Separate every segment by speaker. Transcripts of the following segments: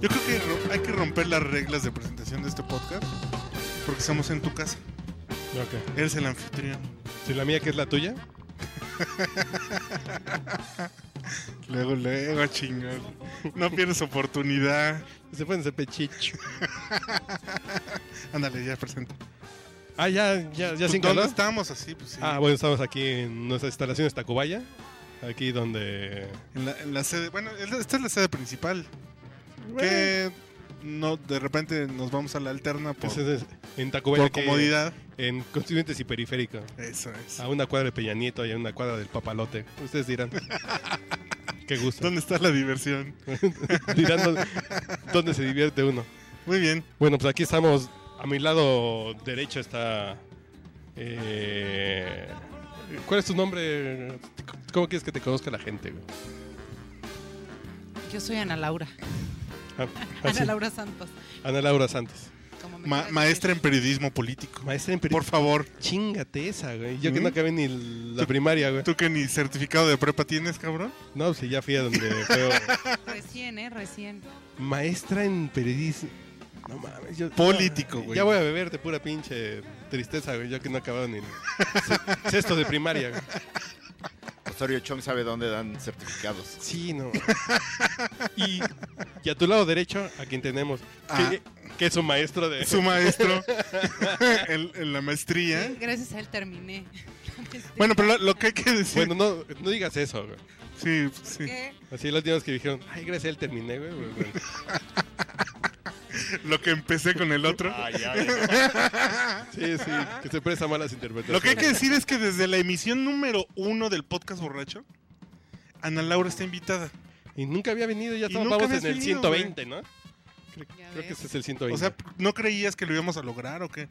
Speaker 1: Yo creo que ro- hay que romper las reglas de presentación de este podcast porque estamos en tu casa.
Speaker 2: Ok.
Speaker 1: Eres el anfitrión.
Speaker 2: Si la mía que es la tuya.
Speaker 1: Luego, luego, chingón. No pierdes oportunidad.
Speaker 2: Se pueden ser pechicho.
Speaker 1: Ándale, ya presenta.
Speaker 2: Ah, ya, ya, ya
Speaker 1: Pues,
Speaker 2: sin
Speaker 1: ¿Dónde
Speaker 2: calor.
Speaker 1: estamos así? Pues sí.
Speaker 2: Ah, bueno, estamos aquí en nuestras instalaciones Tacubaya. Aquí donde.
Speaker 1: en, la, en la sede. Bueno, es la- esta es la sede principal.
Speaker 2: Bueno,
Speaker 1: Que no, de repente nos vamos a la alterna por,
Speaker 2: es- es- en
Speaker 1: por
Speaker 2: Tacubaya. que-
Speaker 1: comodidad.
Speaker 2: En Constituyentes y Periférico.
Speaker 1: Eso es.
Speaker 2: A una cuadra de Peña Nieto y a una cuadra del Papalote. Ustedes dirán. Qué gusto.
Speaker 1: ¿Dónde está la diversión?
Speaker 2: dirán dónde, dónde se divierte uno.
Speaker 1: Muy bien.
Speaker 2: Bueno, pues aquí estamos. A mi lado derecho está. eh, ¿Cuál es tu nombre? ¿Cómo quieres que te conozca la gente? güey?
Speaker 3: Yo soy Ana Laura.
Speaker 2: Ah, ah, sí.
Speaker 3: Ana Laura Santos.
Speaker 2: Ana Laura Santos.
Speaker 3: Como me
Speaker 1: Ma-
Speaker 3: quiera
Speaker 1: maestra en periodismo político.
Speaker 2: Maestra en
Speaker 1: Por
Speaker 2: periodismo.
Speaker 1: favor,
Speaker 2: Chingate esa, güey. Yo que
Speaker 1: ¿Mm?
Speaker 2: no acabé ni la
Speaker 1: Tú-
Speaker 2: primaria, güey.
Speaker 1: tú que ni certificado de prepa tienes, cabrón.
Speaker 2: No, si ya fui a donde fue
Speaker 3: decir. Recién, ¿eh? Recién.
Speaker 2: maestra en periodismo. No mames, yo.
Speaker 1: Político,
Speaker 2: Ya-
Speaker 1: güey.
Speaker 2: Ya voy a beber de pura pinche tristeza, güey. Yo que no he acabado ni el se- sexto de primaria, güey.
Speaker 4: Osorio Chong sabe dónde dan certificados.
Speaker 2: Sí, no. Y, y a tu lado derecho, a quien tenemos,
Speaker 1: Ah.
Speaker 2: que, que es un maestro de...
Speaker 1: Su maestro en, en la maestría.
Speaker 3: Sí, Gracias a él terminé. Este,
Speaker 1: Bueno, pero lo, lo que hay que decir.
Speaker 2: Bueno, no, no digas eso, güey.
Speaker 1: sí,
Speaker 3: ¿Por
Speaker 1: sí.
Speaker 3: qué?
Speaker 2: Así los días que dijeron, ay, gracias a él terminé, güey. güey, güey".
Speaker 1: Lo que empecé con el otro.
Speaker 2: Sí, sí, que se presta malas interpretaciones.
Speaker 1: Lo que hay que decir es que desde la emisión número uno del podcast borracho, Ana Laura está invitada.
Speaker 2: Y nunca había venido, ya
Speaker 1: Y nunca
Speaker 2: estábamos en
Speaker 1: habías
Speaker 2: el
Speaker 1: venido,
Speaker 2: 120, ¿no? Creo,
Speaker 3: Ya
Speaker 2: creo que
Speaker 3: ves.
Speaker 2: ese es el 120.
Speaker 1: O sea, ¿no creías que lo íbamos a lograr o qué?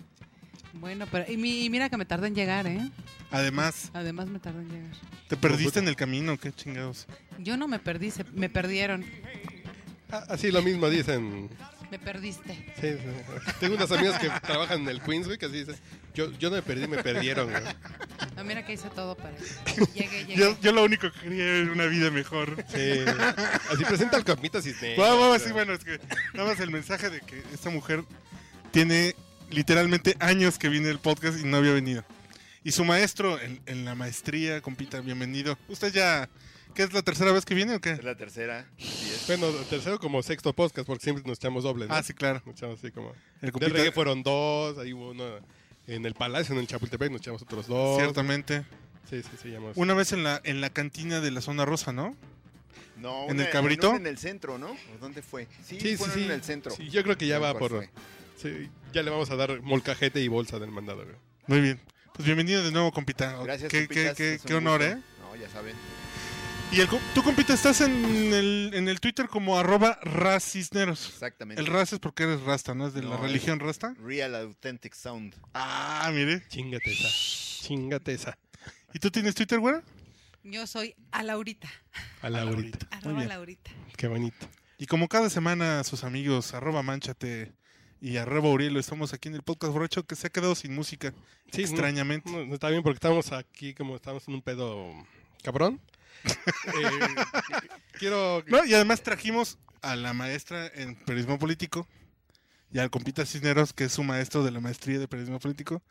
Speaker 3: Bueno, pero. Y, mi- y mira que me tarda en llegar, ¿eh?
Speaker 1: Además,
Speaker 3: Además me tarda en llegar.
Speaker 1: ¿te perdiste en el camino? ¿Qué chingados?
Speaker 3: Yo no me perdí, se- me perdieron.
Speaker 2: Ah, así lo mismo dicen.
Speaker 3: Me perdiste.
Speaker 2: Sí, sí. Tengo unas amigas que trabajan en el Queens, güey, que así dicen, yo, yo no me perdí, me perdieron, güey.
Speaker 3: No, Ah, mira que hice todo para. Llegué, llegué.
Speaker 1: Yo, yo lo único que quería era una vida mejor.
Speaker 2: Sí. Así presenta al Capita
Speaker 4: Eh,
Speaker 2: Cisneros.
Speaker 1: Vamos, vamos, sí,
Speaker 2: güey.
Speaker 1: bueno, es que nada más el mensaje de que esta mujer tiene literalmente años que viene el podcast y no había venido. Y su maestro en, en la maestría, compita, bienvenido. ¿Usted ya, qué es la tercera vez que viene o qué?
Speaker 4: Es la tercera. Sí, es.
Speaker 2: Bueno, tercero como sexto podcast, porque siempre nos echamos doble, ¿no?
Speaker 1: Ah, sí, claro.
Speaker 2: Nos echamos así como...
Speaker 1: El
Speaker 2: Del reggae
Speaker 1: compita,
Speaker 2: fueron dos, ahí hubo uno en el Palacio, en el Chapultepec, nos echamos otros dos.
Speaker 1: ciertamente.
Speaker 2: Sí, sí, sí,
Speaker 4: Pues
Speaker 2: llamamos.
Speaker 1: Una vez en la, en la cantina de la zona rosa, ¿no?
Speaker 4: No,
Speaker 1: ¿En
Speaker 4: una-
Speaker 1: el cabrito?
Speaker 4: una En el centro, ¿no? ¿O ¿Dónde fue? Sí, fueron en el centro.
Speaker 2: Sí, yo creo que ya
Speaker 4: No
Speaker 2: va
Speaker 4: recuerdo
Speaker 2: por...
Speaker 4: cuál
Speaker 2: Sí, ya le vamos a dar molcajete y bolsa del mandado, güey.
Speaker 1: Muy bien. Pues bienvenido de nuevo, compita.
Speaker 4: fue. Gracias,
Speaker 1: Qué, qué,
Speaker 4: Tupitas,
Speaker 1: qué,
Speaker 4: es un
Speaker 1: qué honor,
Speaker 4: gusto.
Speaker 1: ¿eh?
Speaker 4: No, ya saben.
Speaker 1: Y el, co- tú, compita, estás en el, en el Twitter como arroba racisneros.
Speaker 4: Exactamente.
Speaker 1: El ras es porque eres rasta, ¿no? Es de la
Speaker 4: No,
Speaker 1: religión rasta.
Speaker 4: Real Authentic Sound.
Speaker 1: Ah, mire.
Speaker 2: Chingate esa. Chingate esa.
Speaker 1: ¿Y tú tienes Twitter, güera?
Speaker 3: Yo soy a Laurita.
Speaker 2: A Laurita.
Speaker 3: Arroba Laurita.
Speaker 2: Qué bonito.
Speaker 1: Y como cada semana, sus amigos, arroba manchate y arroba Urielo, estamos aquí en el podcast borracho que se ha quedado sin música,
Speaker 2: Sí, no-
Speaker 1: extrañamente.
Speaker 2: No, no está bien porque estamos aquí como estamos en un pedo cabrón. Eh, quiero...
Speaker 1: No, y además trajimos a la maestra en periodismo político y al compita Cisneros, que es su maestro de la maestría de periodismo político,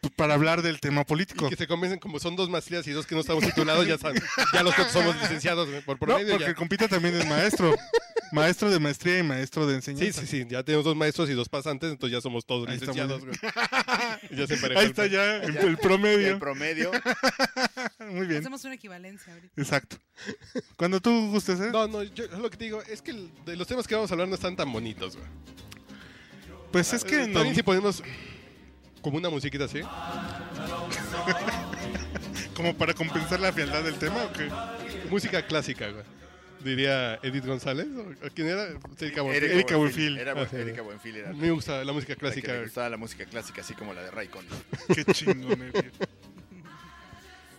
Speaker 1: pues, para hablar del tema político.
Speaker 2: Y que se convencen como son dos maestrías y dos que no estamos titulados, ya saben, ya los otros somos licenciados güey, por
Speaker 1: No,
Speaker 2: promedio.
Speaker 1: porque
Speaker 2: ya.
Speaker 1: el compita también es maestro. maestro de maestría y maestro de
Speaker 2: Sí,
Speaker 1: enseñanza.
Speaker 2: sí, sí, ya tenemos dos maestros y dos pasantes, entonces ya somos todos
Speaker 1: Ahí estamos.
Speaker 2: licenciados. güey. Y ya se emparejó
Speaker 1: Ahí
Speaker 2: el
Speaker 1: está
Speaker 2: pedo.
Speaker 1: ya el,
Speaker 4: Ya.
Speaker 1: el
Speaker 4: El
Speaker 1: promedio.
Speaker 4: promedio.
Speaker 1: Muy bien.
Speaker 3: Hacemos una equivalencia ahorita.
Speaker 1: Exacto. Cuando tú gustes, ¿eh?
Speaker 2: No, no, yo lo que te digo es que el- de los temas que vamos a hablar no están tan bonitos, güey.
Speaker 1: Pues es que
Speaker 2: Eh,
Speaker 1: no,
Speaker 2: También si ponemos como una musiquita así.
Speaker 1: como para compensar la frialdad del tema o qué?
Speaker 2: Música clásica, güey. Diría Edith González, ¿o quién era? Sí, cabrón.
Speaker 1: Erika
Speaker 2: Erika.
Speaker 1: Buenfil.
Speaker 4: Era,
Speaker 2: Ah, sí,
Speaker 4: Erika
Speaker 2: sí.
Speaker 4: Buenfil era
Speaker 2: A
Speaker 4: la,
Speaker 2: mí me gusta la música
Speaker 4: que
Speaker 2: clásica.
Speaker 4: le gustaba la música clásica, así como la de Raycon.
Speaker 1: Qué eh. chingonería.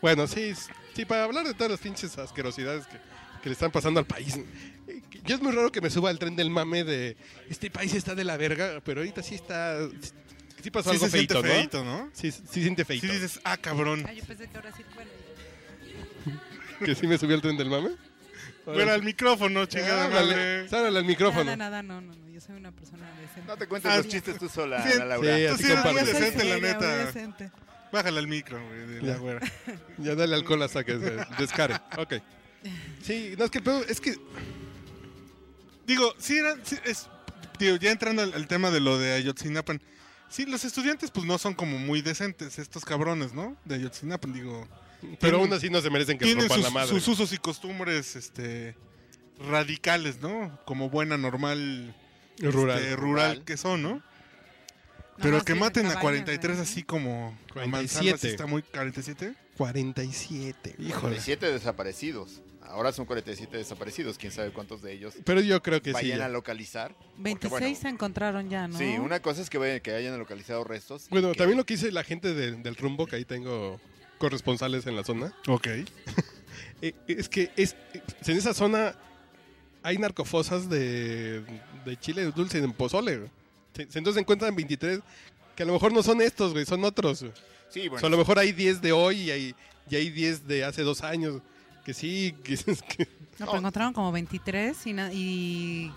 Speaker 2: Bueno, sí, sí, para hablar de todas las pinches asquerosidades que, que le están pasando al país. Eh, que- Yo es muy raro que me suba al tren del mame de este país está de la verga, pero ahorita sí está. Sí pasó
Speaker 1: Sí
Speaker 2: algo
Speaker 1: se siente
Speaker 2: feito, ¿no?
Speaker 1: feito, ¿no?
Speaker 2: Sí, sí siente feito.
Speaker 1: Sí dices, ah, cabrón.
Speaker 3: Ah, yo pensé que ahora sí. Bueno,
Speaker 2: Que sí me subí al tren del mame.
Speaker 1: Fuera al micrófono, chingada madre.
Speaker 2: Sálale al micrófono.
Speaker 3: Nada, nada, no, no, no. Yo soy una persona decente.
Speaker 4: No te cuentes
Speaker 1: Ah,
Speaker 4: los
Speaker 1: sí.
Speaker 4: chistes tú sola,
Speaker 1: Sí.
Speaker 4: Ana Laura.
Speaker 2: Sí,
Speaker 1: Tú
Speaker 2: así
Speaker 1: sí eres muy
Speaker 2: compártelo.
Speaker 1: decente, la
Speaker 3: Seria, muy
Speaker 1: neta.
Speaker 3: decente.
Speaker 1: Bájale al micro, güey, de la
Speaker 2: Ya.
Speaker 1: güera.
Speaker 2: Ya dale alcohol hasta que se descare. Ok. Sí, no, es que el pedo es que...
Speaker 1: Digo, sí eran, sí, es, digo, ya entrando al, al tema de lo de Ayotzinapan, sí, los estudiantes pues no son como muy decentes, estos cabrones, ¿no? De Ayotzinapan, digo,
Speaker 2: Pero aún así no se merecen que les
Speaker 1: tienen
Speaker 2: rompan
Speaker 1: sus,
Speaker 2: la madre.
Speaker 1: sus usos y costumbres, este, radicales, ¿no? Como buena, normal,
Speaker 2: Rural.
Speaker 1: este, rural,
Speaker 4: Rural.
Speaker 1: que son, ¿no?
Speaker 3: No,
Speaker 1: Pero
Speaker 3: no,
Speaker 1: que
Speaker 3: sí, de
Speaker 1: maten a
Speaker 3: cabañas,
Speaker 1: 43
Speaker 3: ¿verdad?
Speaker 1: así como a
Speaker 2: 47.
Speaker 1: mansalva, sí está muy 47.
Speaker 2: 47. Híjole.
Speaker 4: 47 desaparecidos. Ahora son 47 desaparecidos. Quién sabe cuántos de ellos
Speaker 2: Pero yo creo que sí.
Speaker 4: vayan
Speaker 2: ya.
Speaker 4: a localizar. porque,
Speaker 3: 26 se encontraron ya,
Speaker 4: bueno,
Speaker 3: ¿no?
Speaker 4: Sí, una cosa es que, vayan- que hayan localizado restos. y
Speaker 2: Bueno,
Speaker 4: que-
Speaker 2: también lo que dice la gente de- del rumbo, que ahí tengo corresponsales en la zona,
Speaker 1: Ok.
Speaker 2: eh, es que es, es- en esa zona hay narcofosas de, de chile dulce en pozole. güey. Se- se- Entonces encuentran 23, que a lo mejor no son estos, güey, son otros. güey.
Speaker 4: Sí,
Speaker 2: O
Speaker 4: bueno.
Speaker 2: sea, a lo mejor hay 10 de hoy y hay, y hay 10 de hace dos años. Que sí, que, es que-
Speaker 3: No, pero encontraron como 23 y, na- y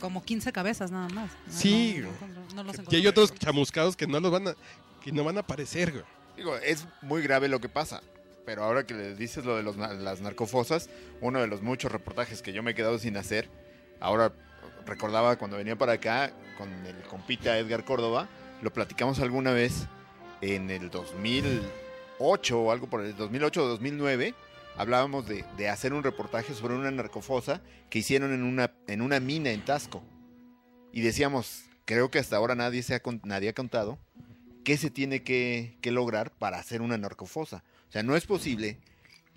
Speaker 3: como 15 cabezas nada más. No,
Speaker 2: Sí.
Speaker 3: No, no, no, no los
Speaker 2: y hay
Speaker 3: encontraron.
Speaker 2: otros chamuscados que no los van a, que no van a aparecer, güey.
Speaker 4: Digo, es muy grave lo que pasa. Pero ahora que les dices lo de los na- las narcofosas, uno de los muchos reportajes que yo me he quedado sin hacer, ahora recordaba cuando venía para acá con el compita Edgar Córdoba, lo platicamos alguna vez en el 2008 o algo por el 2008 o 2009, hablábamos de, de hacer un reportaje sobre una narcofosa que hicieron en una, en una mina en Tasco. Y decíamos, creo que hasta ahora nadie, se ha, con- nadie ha contado qué se tiene que, que lograr para hacer una narcofosa. O sea, no es posible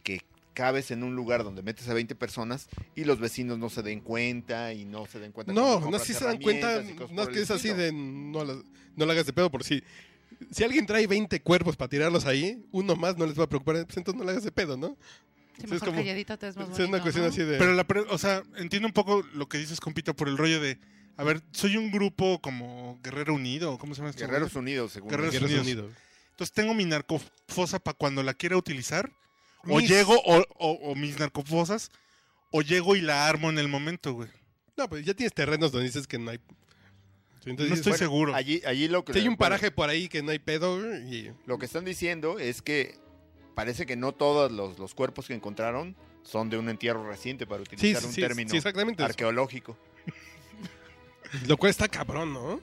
Speaker 4: que cabes en un lugar donde metes a 20 personas y los vecinos no se den cuenta y no se den cuenta. cuando
Speaker 2: No, no
Speaker 4: compras
Speaker 2: si se dan cuenta,
Speaker 4: herramientas y cosas
Speaker 2: no es
Speaker 4: por el
Speaker 2: que es así
Speaker 4: estilo.
Speaker 2: de no, la- no le hagas de pedo por si. Si alguien trae 20 cuerpos para tirarlos ahí, uno más no les va a preocupar, pues entonces no le hagas de pedo, ¿no? es
Speaker 3: Sí, mejor
Speaker 2: como-
Speaker 3: calladito te es más
Speaker 2: Es
Speaker 3: bonito,
Speaker 2: una cuestión
Speaker 3: ¿no?
Speaker 2: así de.
Speaker 1: Pero la, pre- o sea, entiendo un poco lo que dices, compita, por el rollo de, a ver, soy un grupo como Guerrero Unido, ¿o ¿cómo se llama? esto?
Speaker 4: Guerreros Unidos, según
Speaker 1: Guerreros
Speaker 4: ellos.
Speaker 2: Guerras
Speaker 1: Unidos.
Speaker 2: Unidos.
Speaker 1: Entonces tengo mi narcofosa para cuando la quiera utilizar. O
Speaker 2: Mis.
Speaker 1: llego, o, o- o mis narcofosas, o llego y la armo en el momento, güey.
Speaker 2: No, pues ya tienes terrenos donde dices que no hay. Entonces
Speaker 1: No
Speaker 2: dices,
Speaker 1: estoy
Speaker 2: bueno,
Speaker 1: seguro.
Speaker 4: Allí, allí lo que
Speaker 2: Si hay un
Speaker 4: bueno,
Speaker 2: paraje por ahí que no hay pedo y.
Speaker 4: lo que están diciendo es que parece que no todos los, los cuerpos que encontraron son de un entierro reciente para
Speaker 2: Sí,
Speaker 4: utilizar
Speaker 2: sí,
Speaker 4: un
Speaker 2: sí,
Speaker 4: término
Speaker 2: sí, exactamente.
Speaker 4: arqueológico.
Speaker 2: Lo cual está cabrón, ¿no?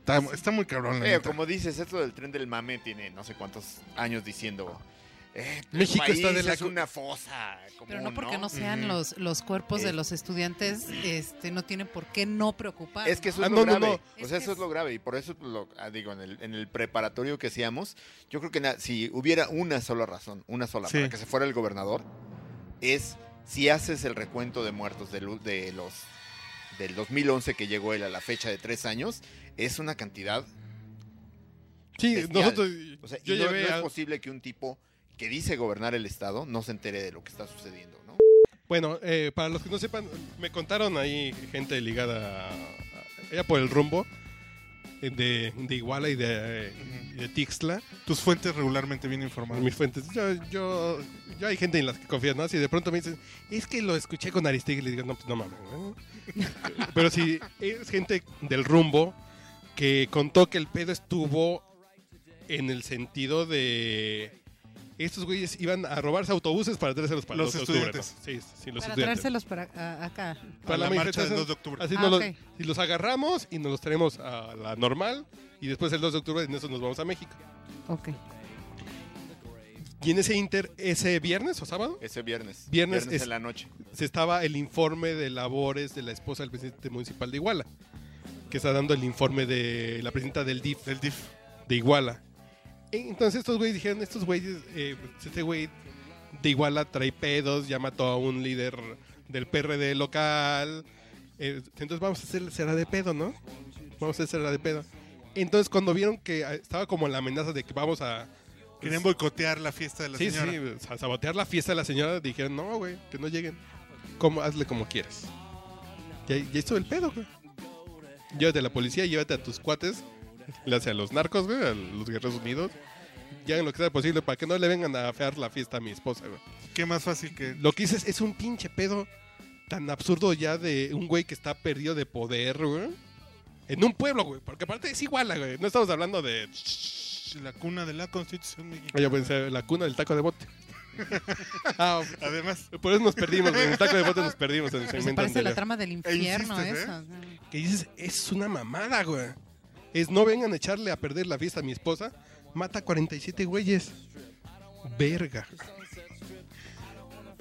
Speaker 1: Está, está muy
Speaker 2: Ah,
Speaker 1: cabrón la
Speaker 4: Eh,
Speaker 1: neta.
Speaker 4: como dices, esto del tren del mame tiene no sé cuántos años diciendo. eh, el
Speaker 2: México
Speaker 4: país
Speaker 2: está de la
Speaker 4: es
Speaker 2: cu-
Speaker 4: una fosa. común,
Speaker 2: "Oh,
Speaker 3: Pero no porque no sean
Speaker 1: Ujú.
Speaker 3: los, los cuerpos
Speaker 4: Eh.
Speaker 3: de los estudiantes, este, no tienen por qué no preocupar.
Speaker 4: Es que eso
Speaker 2: Ah,
Speaker 4: es
Speaker 2: no,
Speaker 4: lo
Speaker 2: no,
Speaker 4: grave.
Speaker 3: no.
Speaker 4: O sea,
Speaker 3: Es
Speaker 4: eso
Speaker 3: que
Speaker 4: es lo grave. Y por eso, lo, ah, digo, en el, en el preparatorio que hacíamos, yo creo que na- si hubiera una sola razón, una sola,
Speaker 1: Sí.
Speaker 4: para que se fuera el gobernador, es si haces el recuento de muertos del u- de los del 2011 que llegó él a la fecha de tres años, es una cantidad.
Speaker 2: Sí,
Speaker 4: Bestial.
Speaker 2: nosotros.
Speaker 4: O sea, y
Speaker 2: yo
Speaker 4: no,
Speaker 2: llevé
Speaker 4: no es
Speaker 2: a-
Speaker 4: posible que un tipo que dice gobernar el Estado no se entere de lo que está sucediendo, ¿no?
Speaker 2: Bueno, eh, para los que no sepan, me contaron ahí gente ligada a- a- ella por el rumbo eh, de, de Iguala y de, eh, y de Tixla.
Speaker 1: Tus fuentes regularmente bien informadas.
Speaker 2: Mis fuentes. Yo, yo, yo hay gente en las que confío, ¿no? Si de pronto me dicen, es que lo escuché con Aristegui, le digo, no, pues no mames. ¿no?". Pero si es gente del rumbo que contó que el pedo estuvo en el sentido de. Estos güeyes iban a robarse autobuses para traérselos para
Speaker 1: Los
Speaker 2: los
Speaker 1: estudiantes.
Speaker 2: Sí, sí, los
Speaker 3: para
Speaker 2: estudiantes.
Speaker 3: traérselos para a- acá.
Speaker 1: Para la marcha del
Speaker 2: manifestación.
Speaker 1: 2 de octubre.
Speaker 2: Así
Speaker 3: Ah,
Speaker 2: nos los-
Speaker 3: ok.
Speaker 2: y los agarramos y nos los traemos a la normal y después el 2 de octubre en eso nos vamos a México.
Speaker 3: Ok.
Speaker 2: Y en ese inter, ese viernes o sábado,
Speaker 4: Ese viernes.
Speaker 2: Viernes es-
Speaker 4: en la noche.
Speaker 2: se estaba el informe de labores de la esposa del presidente municipal de Iguala, que está dando el informe de la presidenta del DIF
Speaker 1: Del DIF.
Speaker 2: de Iguala. E Entonces estos güeyes dijeron, estos güeyes, eh, este güey de Iguala trae pedos, ya mató a un líder del PRD local. eh, entonces vamos a hacer será de pedo, ¿no? Vamos a hacer será de pedo. Entonces cuando vieron que ah, estaba como la amenaza de que vamos a...
Speaker 1: Querían boicotear la fiesta de la
Speaker 2: sí,
Speaker 1: señora.
Speaker 2: sí, a sabotear la fiesta de la señora, dijeron, no, güey, que no lleguen. Como, hazle como quieras. Ya, ya hizo el pedo, güey. Llévate a la policía, llévate a tus cuates, le hace a los narcos, güey, a los Guerreros Unidos. Y hagan lo que sea posible para que no le vengan a afear la fiesta a mi esposa, güey.
Speaker 1: qué más fácil que...
Speaker 2: Lo que dices es un pinche pedo tan absurdo ya de un güey que está perdido de poder, güey. En un pueblo, güey. Porque aparte es igual, güey. No estamos hablando de.
Speaker 1: La cuna de la Constitución mexicana.
Speaker 2: Oye, pensé, la cuna del taco de bote. Ah,
Speaker 1: Además,
Speaker 2: por eso nos perdimos, güey. En el taco de bote nos perdimos en el
Speaker 3: Pues
Speaker 2: segmento
Speaker 3: parece la
Speaker 2: anterior.
Speaker 3: trama del infierno
Speaker 2: eh?
Speaker 1: insistes,
Speaker 3: esa.
Speaker 2: Que dices, es una mamada, güey. Es no vengan a echarle a perder la fiesta a mi esposa. Mata 47 güeyes. Verga.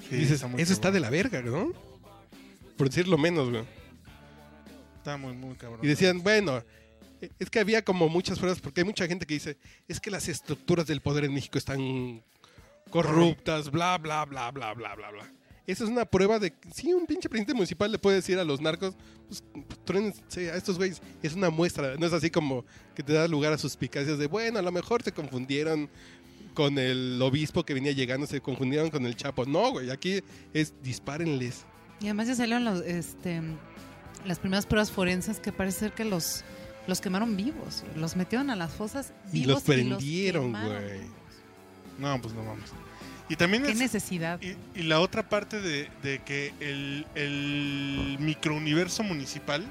Speaker 1: sí,
Speaker 2: dices,
Speaker 1: está muy
Speaker 2: eso está
Speaker 1: cabrón.
Speaker 2: de la verga, ¿no? Por decirlo menos, güey.
Speaker 1: Está muy, muy cabrón.
Speaker 2: Y decían, bueno, eh, es que había como muchas pruebas, porque hay mucha gente que dice, es que las estructuras del poder en México están corruptas, bla, bla, bla, bla, bla, bla, bla. Esa es una prueba de que sí, un pinche presidente municipal le puede decir a los narcos, pues, truénense a estos güeyes. Es una muestra, no es así como que te da lugar a suspicacias de, bueno, a lo mejor se confundieron con el obispo que venía llegando, se confundieron con el chapo. No, güey, aquí es dispárenles.
Speaker 3: Y además ya salieron los, este, las primeras pruebas forenses que parece ser que los, los quemaron vivos. Los metieron a las fosas
Speaker 2: Y
Speaker 3: vivos.
Speaker 2: los prendieron,
Speaker 3: quemaron
Speaker 2: güey.
Speaker 3: vivos.
Speaker 1: No, pues no vamos. Y también
Speaker 3: Qué
Speaker 1: es,
Speaker 3: necesidad.
Speaker 1: Y, y la otra parte de, de que el, el microuniverso municipal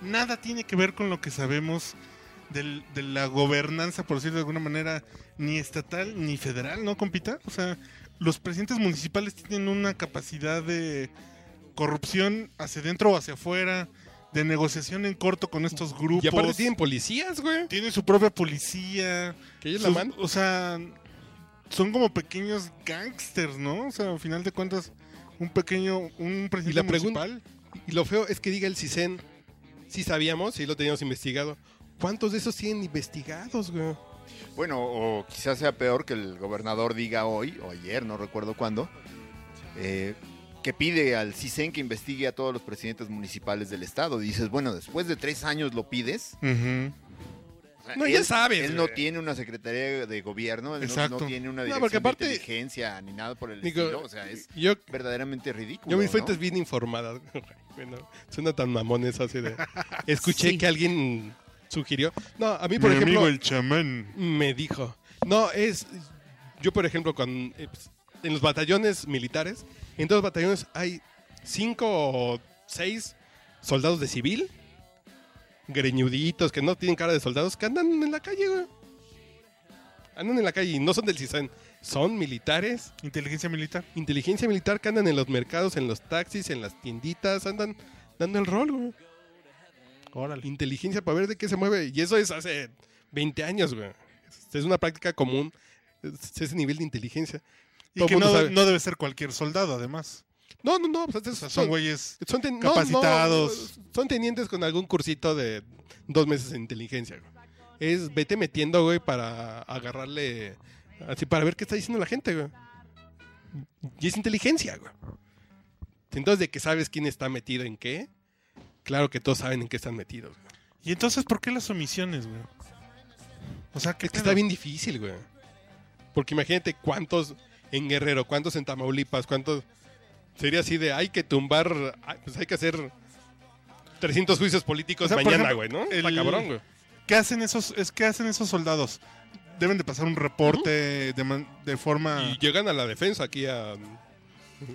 Speaker 1: nada tiene que ver con lo que sabemos del- de la gobernanza, por decirlo de alguna manera, ni estatal ni federal, ¿no, compita? O sea, los presidentes municipales tienen una capacidad de corrupción hacia adentro o hacia afuera, de negociación en corto con estos grupos.
Speaker 2: Y aparte tienen policías, güey.
Speaker 1: tienen su propia policía.
Speaker 2: Que ellos la
Speaker 1: Sus-
Speaker 2: mandan.
Speaker 1: O sea, son como pequeños gangsters, ¿no? O sea, al final de cuentas, un pequeño, un presidente
Speaker 2: Y la pregunta-
Speaker 1: municipal.
Speaker 2: Y lo feo es que diga el CISEN, sí sabíamos, sí lo teníamos investigado. ¿Cuántos de esos tienen investigados, güey?
Speaker 4: Bueno, o quizás sea peor que el gobernador diga hoy o ayer, no recuerdo cuándo, eh, que pide al CISEN que investigue a todos los presidentes municipales del estado. Dices, bueno, después de tres años lo pides. O sea,
Speaker 2: No, Ah, pues ya sabes,
Speaker 4: Él no
Speaker 2: güey.
Speaker 4: tiene una secretaría de gobierno, él no- no,
Speaker 1: Exacto.
Speaker 4: tiene una
Speaker 2: No,
Speaker 4: dirección
Speaker 2: porque aparte-
Speaker 4: de inteligencia ni nada por el
Speaker 2: Digo,
Speaker 4: estilo. O sea, es
Speaker 2: Yo,
Speaker 4: verdaderamente ridículo.
Speaker 2: yo mis
Speaker 4: ¿no?
Speaker 2: fuentes bien informadas. bueno, suena tan mamón eso así de... Escuché
Speaker 3: Sí.
Speaker 2: que alguien sugirió. No, a mí, por ejemplo,
Speaker 1: el chamán.
Speaker 2: me dijo. No, es... Yo, por ejemplo, con, eh, pues, en los batallones militares, en todos los batallones hay cinco o seis soldados de civil, greñuditos, que no tienen cara de soldados, que andan en la calle, güey. Andan en la calle y no son del CISAN, son militares,
Speaker 1: Inteligencia militar.
Speaker 2: inteligencia militar que andan en los mercados, en los taxis, en las tienditas, andan dando el rol, güey.
Speaker 1: Órale.
Speaker 2: Inteligencia para ver de qué se mueve. Y eso es hace 20 años, güey. Es una práctica común, es ese nivel de inteligencia.
Speaker 1: Y
Speaker 2: Todo
Speaker 1: que
Speaker 2: mundo
Speaker 1: no,
Speaker 2: sabe.
Speaker 1: no debe ser cualquier soldado, además.
Speaker 2: No, no, no, pues,
Speaker 1: O
Speaker 2: es-
Speaker 1: sea, son güeyes.
Speaker 2: Son ten- no,
Speaker 1: Capacitados.
Speaker 2: no, son tenientes con algún cursito de dos meses de inteligencia, güey. Es vete metiendo, güey, para agarrarle. Así, para ver qué está diciendo la gente, güey. Y es inteligencia, güey. Entonces, de que sabes quién está metido en qué, claro que todos saben en qué están metidos, güey.
Speaker 1: ¿Y entonces por qué las omisiones, güey? O sea, que
Speaker 2: Es que está bien difícil, güey. Porque imagínate cuántos en Guerrero, cuántos en Tamaulipas, cuántos. Sería así de hay que tumbar, ah, pues hay que hacer 300 juicios políticos
Speaker 1: O sea, por
Speaker 2: mañana,
Speaker 1: ejemplo,
Speaker 2: güey, ¿no?
Speaker 1: el-
Speaker 2: Está cabrón, güey.
Speaker 1: ¿Qué hacen esos, es, ¿Qué hacen esos soldados? Deben de pasar un reporte de, man- de forma...
Speaker 2: Y llegan a la defensa aquí a. o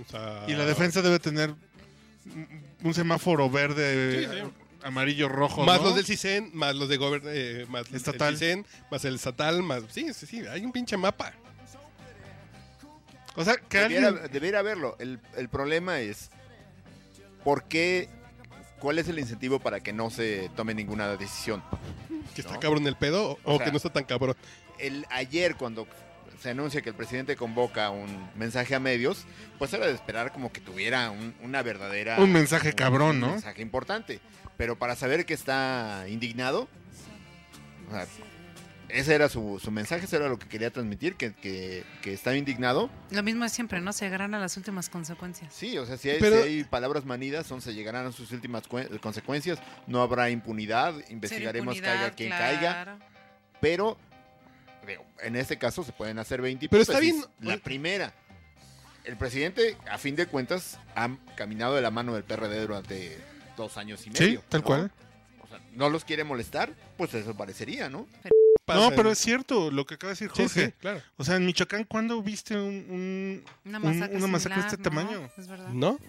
Speaker 2: sea,
Speaker 1: Ah. Y la defensa debe tener mm, un semáforo verde,
Speaker 2: Sí,
Speaker 1: amarillo, rojo.
Speaker 2: Más
Speaker 1: ¿no?
Speaker 2: los del CISEN, más los de gobern eh, más el
Speaker 1: Estatal.
Speaker 2: CISEN, más el estatal, más. Sí, sí, sí, hay un pinche mapa.
Speaker 1: O sea, que
Speaker 4: Debiera,
Speaker 1: alguien.
Speaker 4: debiera haberlo. El, el problema es, ¿por qué? ¿Cuál es el incentivo para que no se tome ninguna decisión?
Speaker 2: Que está
Speaker 4: No.
Speaker 2: cabrón el pedo, o,
Speaker 4: O
Speaker 2: o
Speaker 4: sea,
Speaker 2: que no está tan cabrón.
Speaker 4: El, ayer, cuando se anuncia que el presidente convoca un mensaje a medios, pues era de esperar como que tuviera un- una verdadera...
Speaker 1: Un mensaje cabrón, ¿no?
Speaker 4: Un mensaje importante. Pero para saber que está indignado, o sea, ese era su, su mensaje, ese era lo que quería transmitir, que, que, que está indignado.
Speaker 3: Lo mismo es siempre, ¿no? Se agarran a las últimas consecuencias.
Speaker 4: Sí, o sea, si hay,
Speaker 2: Pero-
Speaker 4: si hay palabras manidas, son, se llegarán a sus últimas cuen- consecuencias. No habrá impunidad, investigaremos,
Speaker 3: Ser impunidad,
Speaker 4: caiga quien caiga.
Speaker 3: claro.
Speaker 4: Pero, digo, en este caso se pueden hacer 20
Speaker 2: Pero está
Speaker 4: hipótesis.
Speaker 2: bien-
Speaker 4: La
Speaker 2: oye.
Speaker 4: primera. El presidente, a fin de cuentas, ha caminado de la mano del PRD durante dos años y medio.
Speaker 1: Sí, tal
Speaker 4: ¿no?
Speaker 1: cual.
Speaker 4: O sea, no los quiere molestar, pues eso parecería, ¿no?
Speaker 2: pasa.
Speaker 1: No, pero es cierto lo que acaba de decir
Speaker 2: Sí,
Speaker 1: Jorge.
Speaker 2: sí, claro.
Speaker 1: O sea, en Michoacán, ¿cuándo viste un- un,
Speaker 3: Una
Speaker 1: Un-
Speaker 3: masacre,
Speaker 1: una masacre de
Speaker 3: similar,
Speaker 1: este
Speaker 3: ¿no?
Speaker 1: tamaño.
Speaker 3: Es verdad.
Speaker 2: ¿No?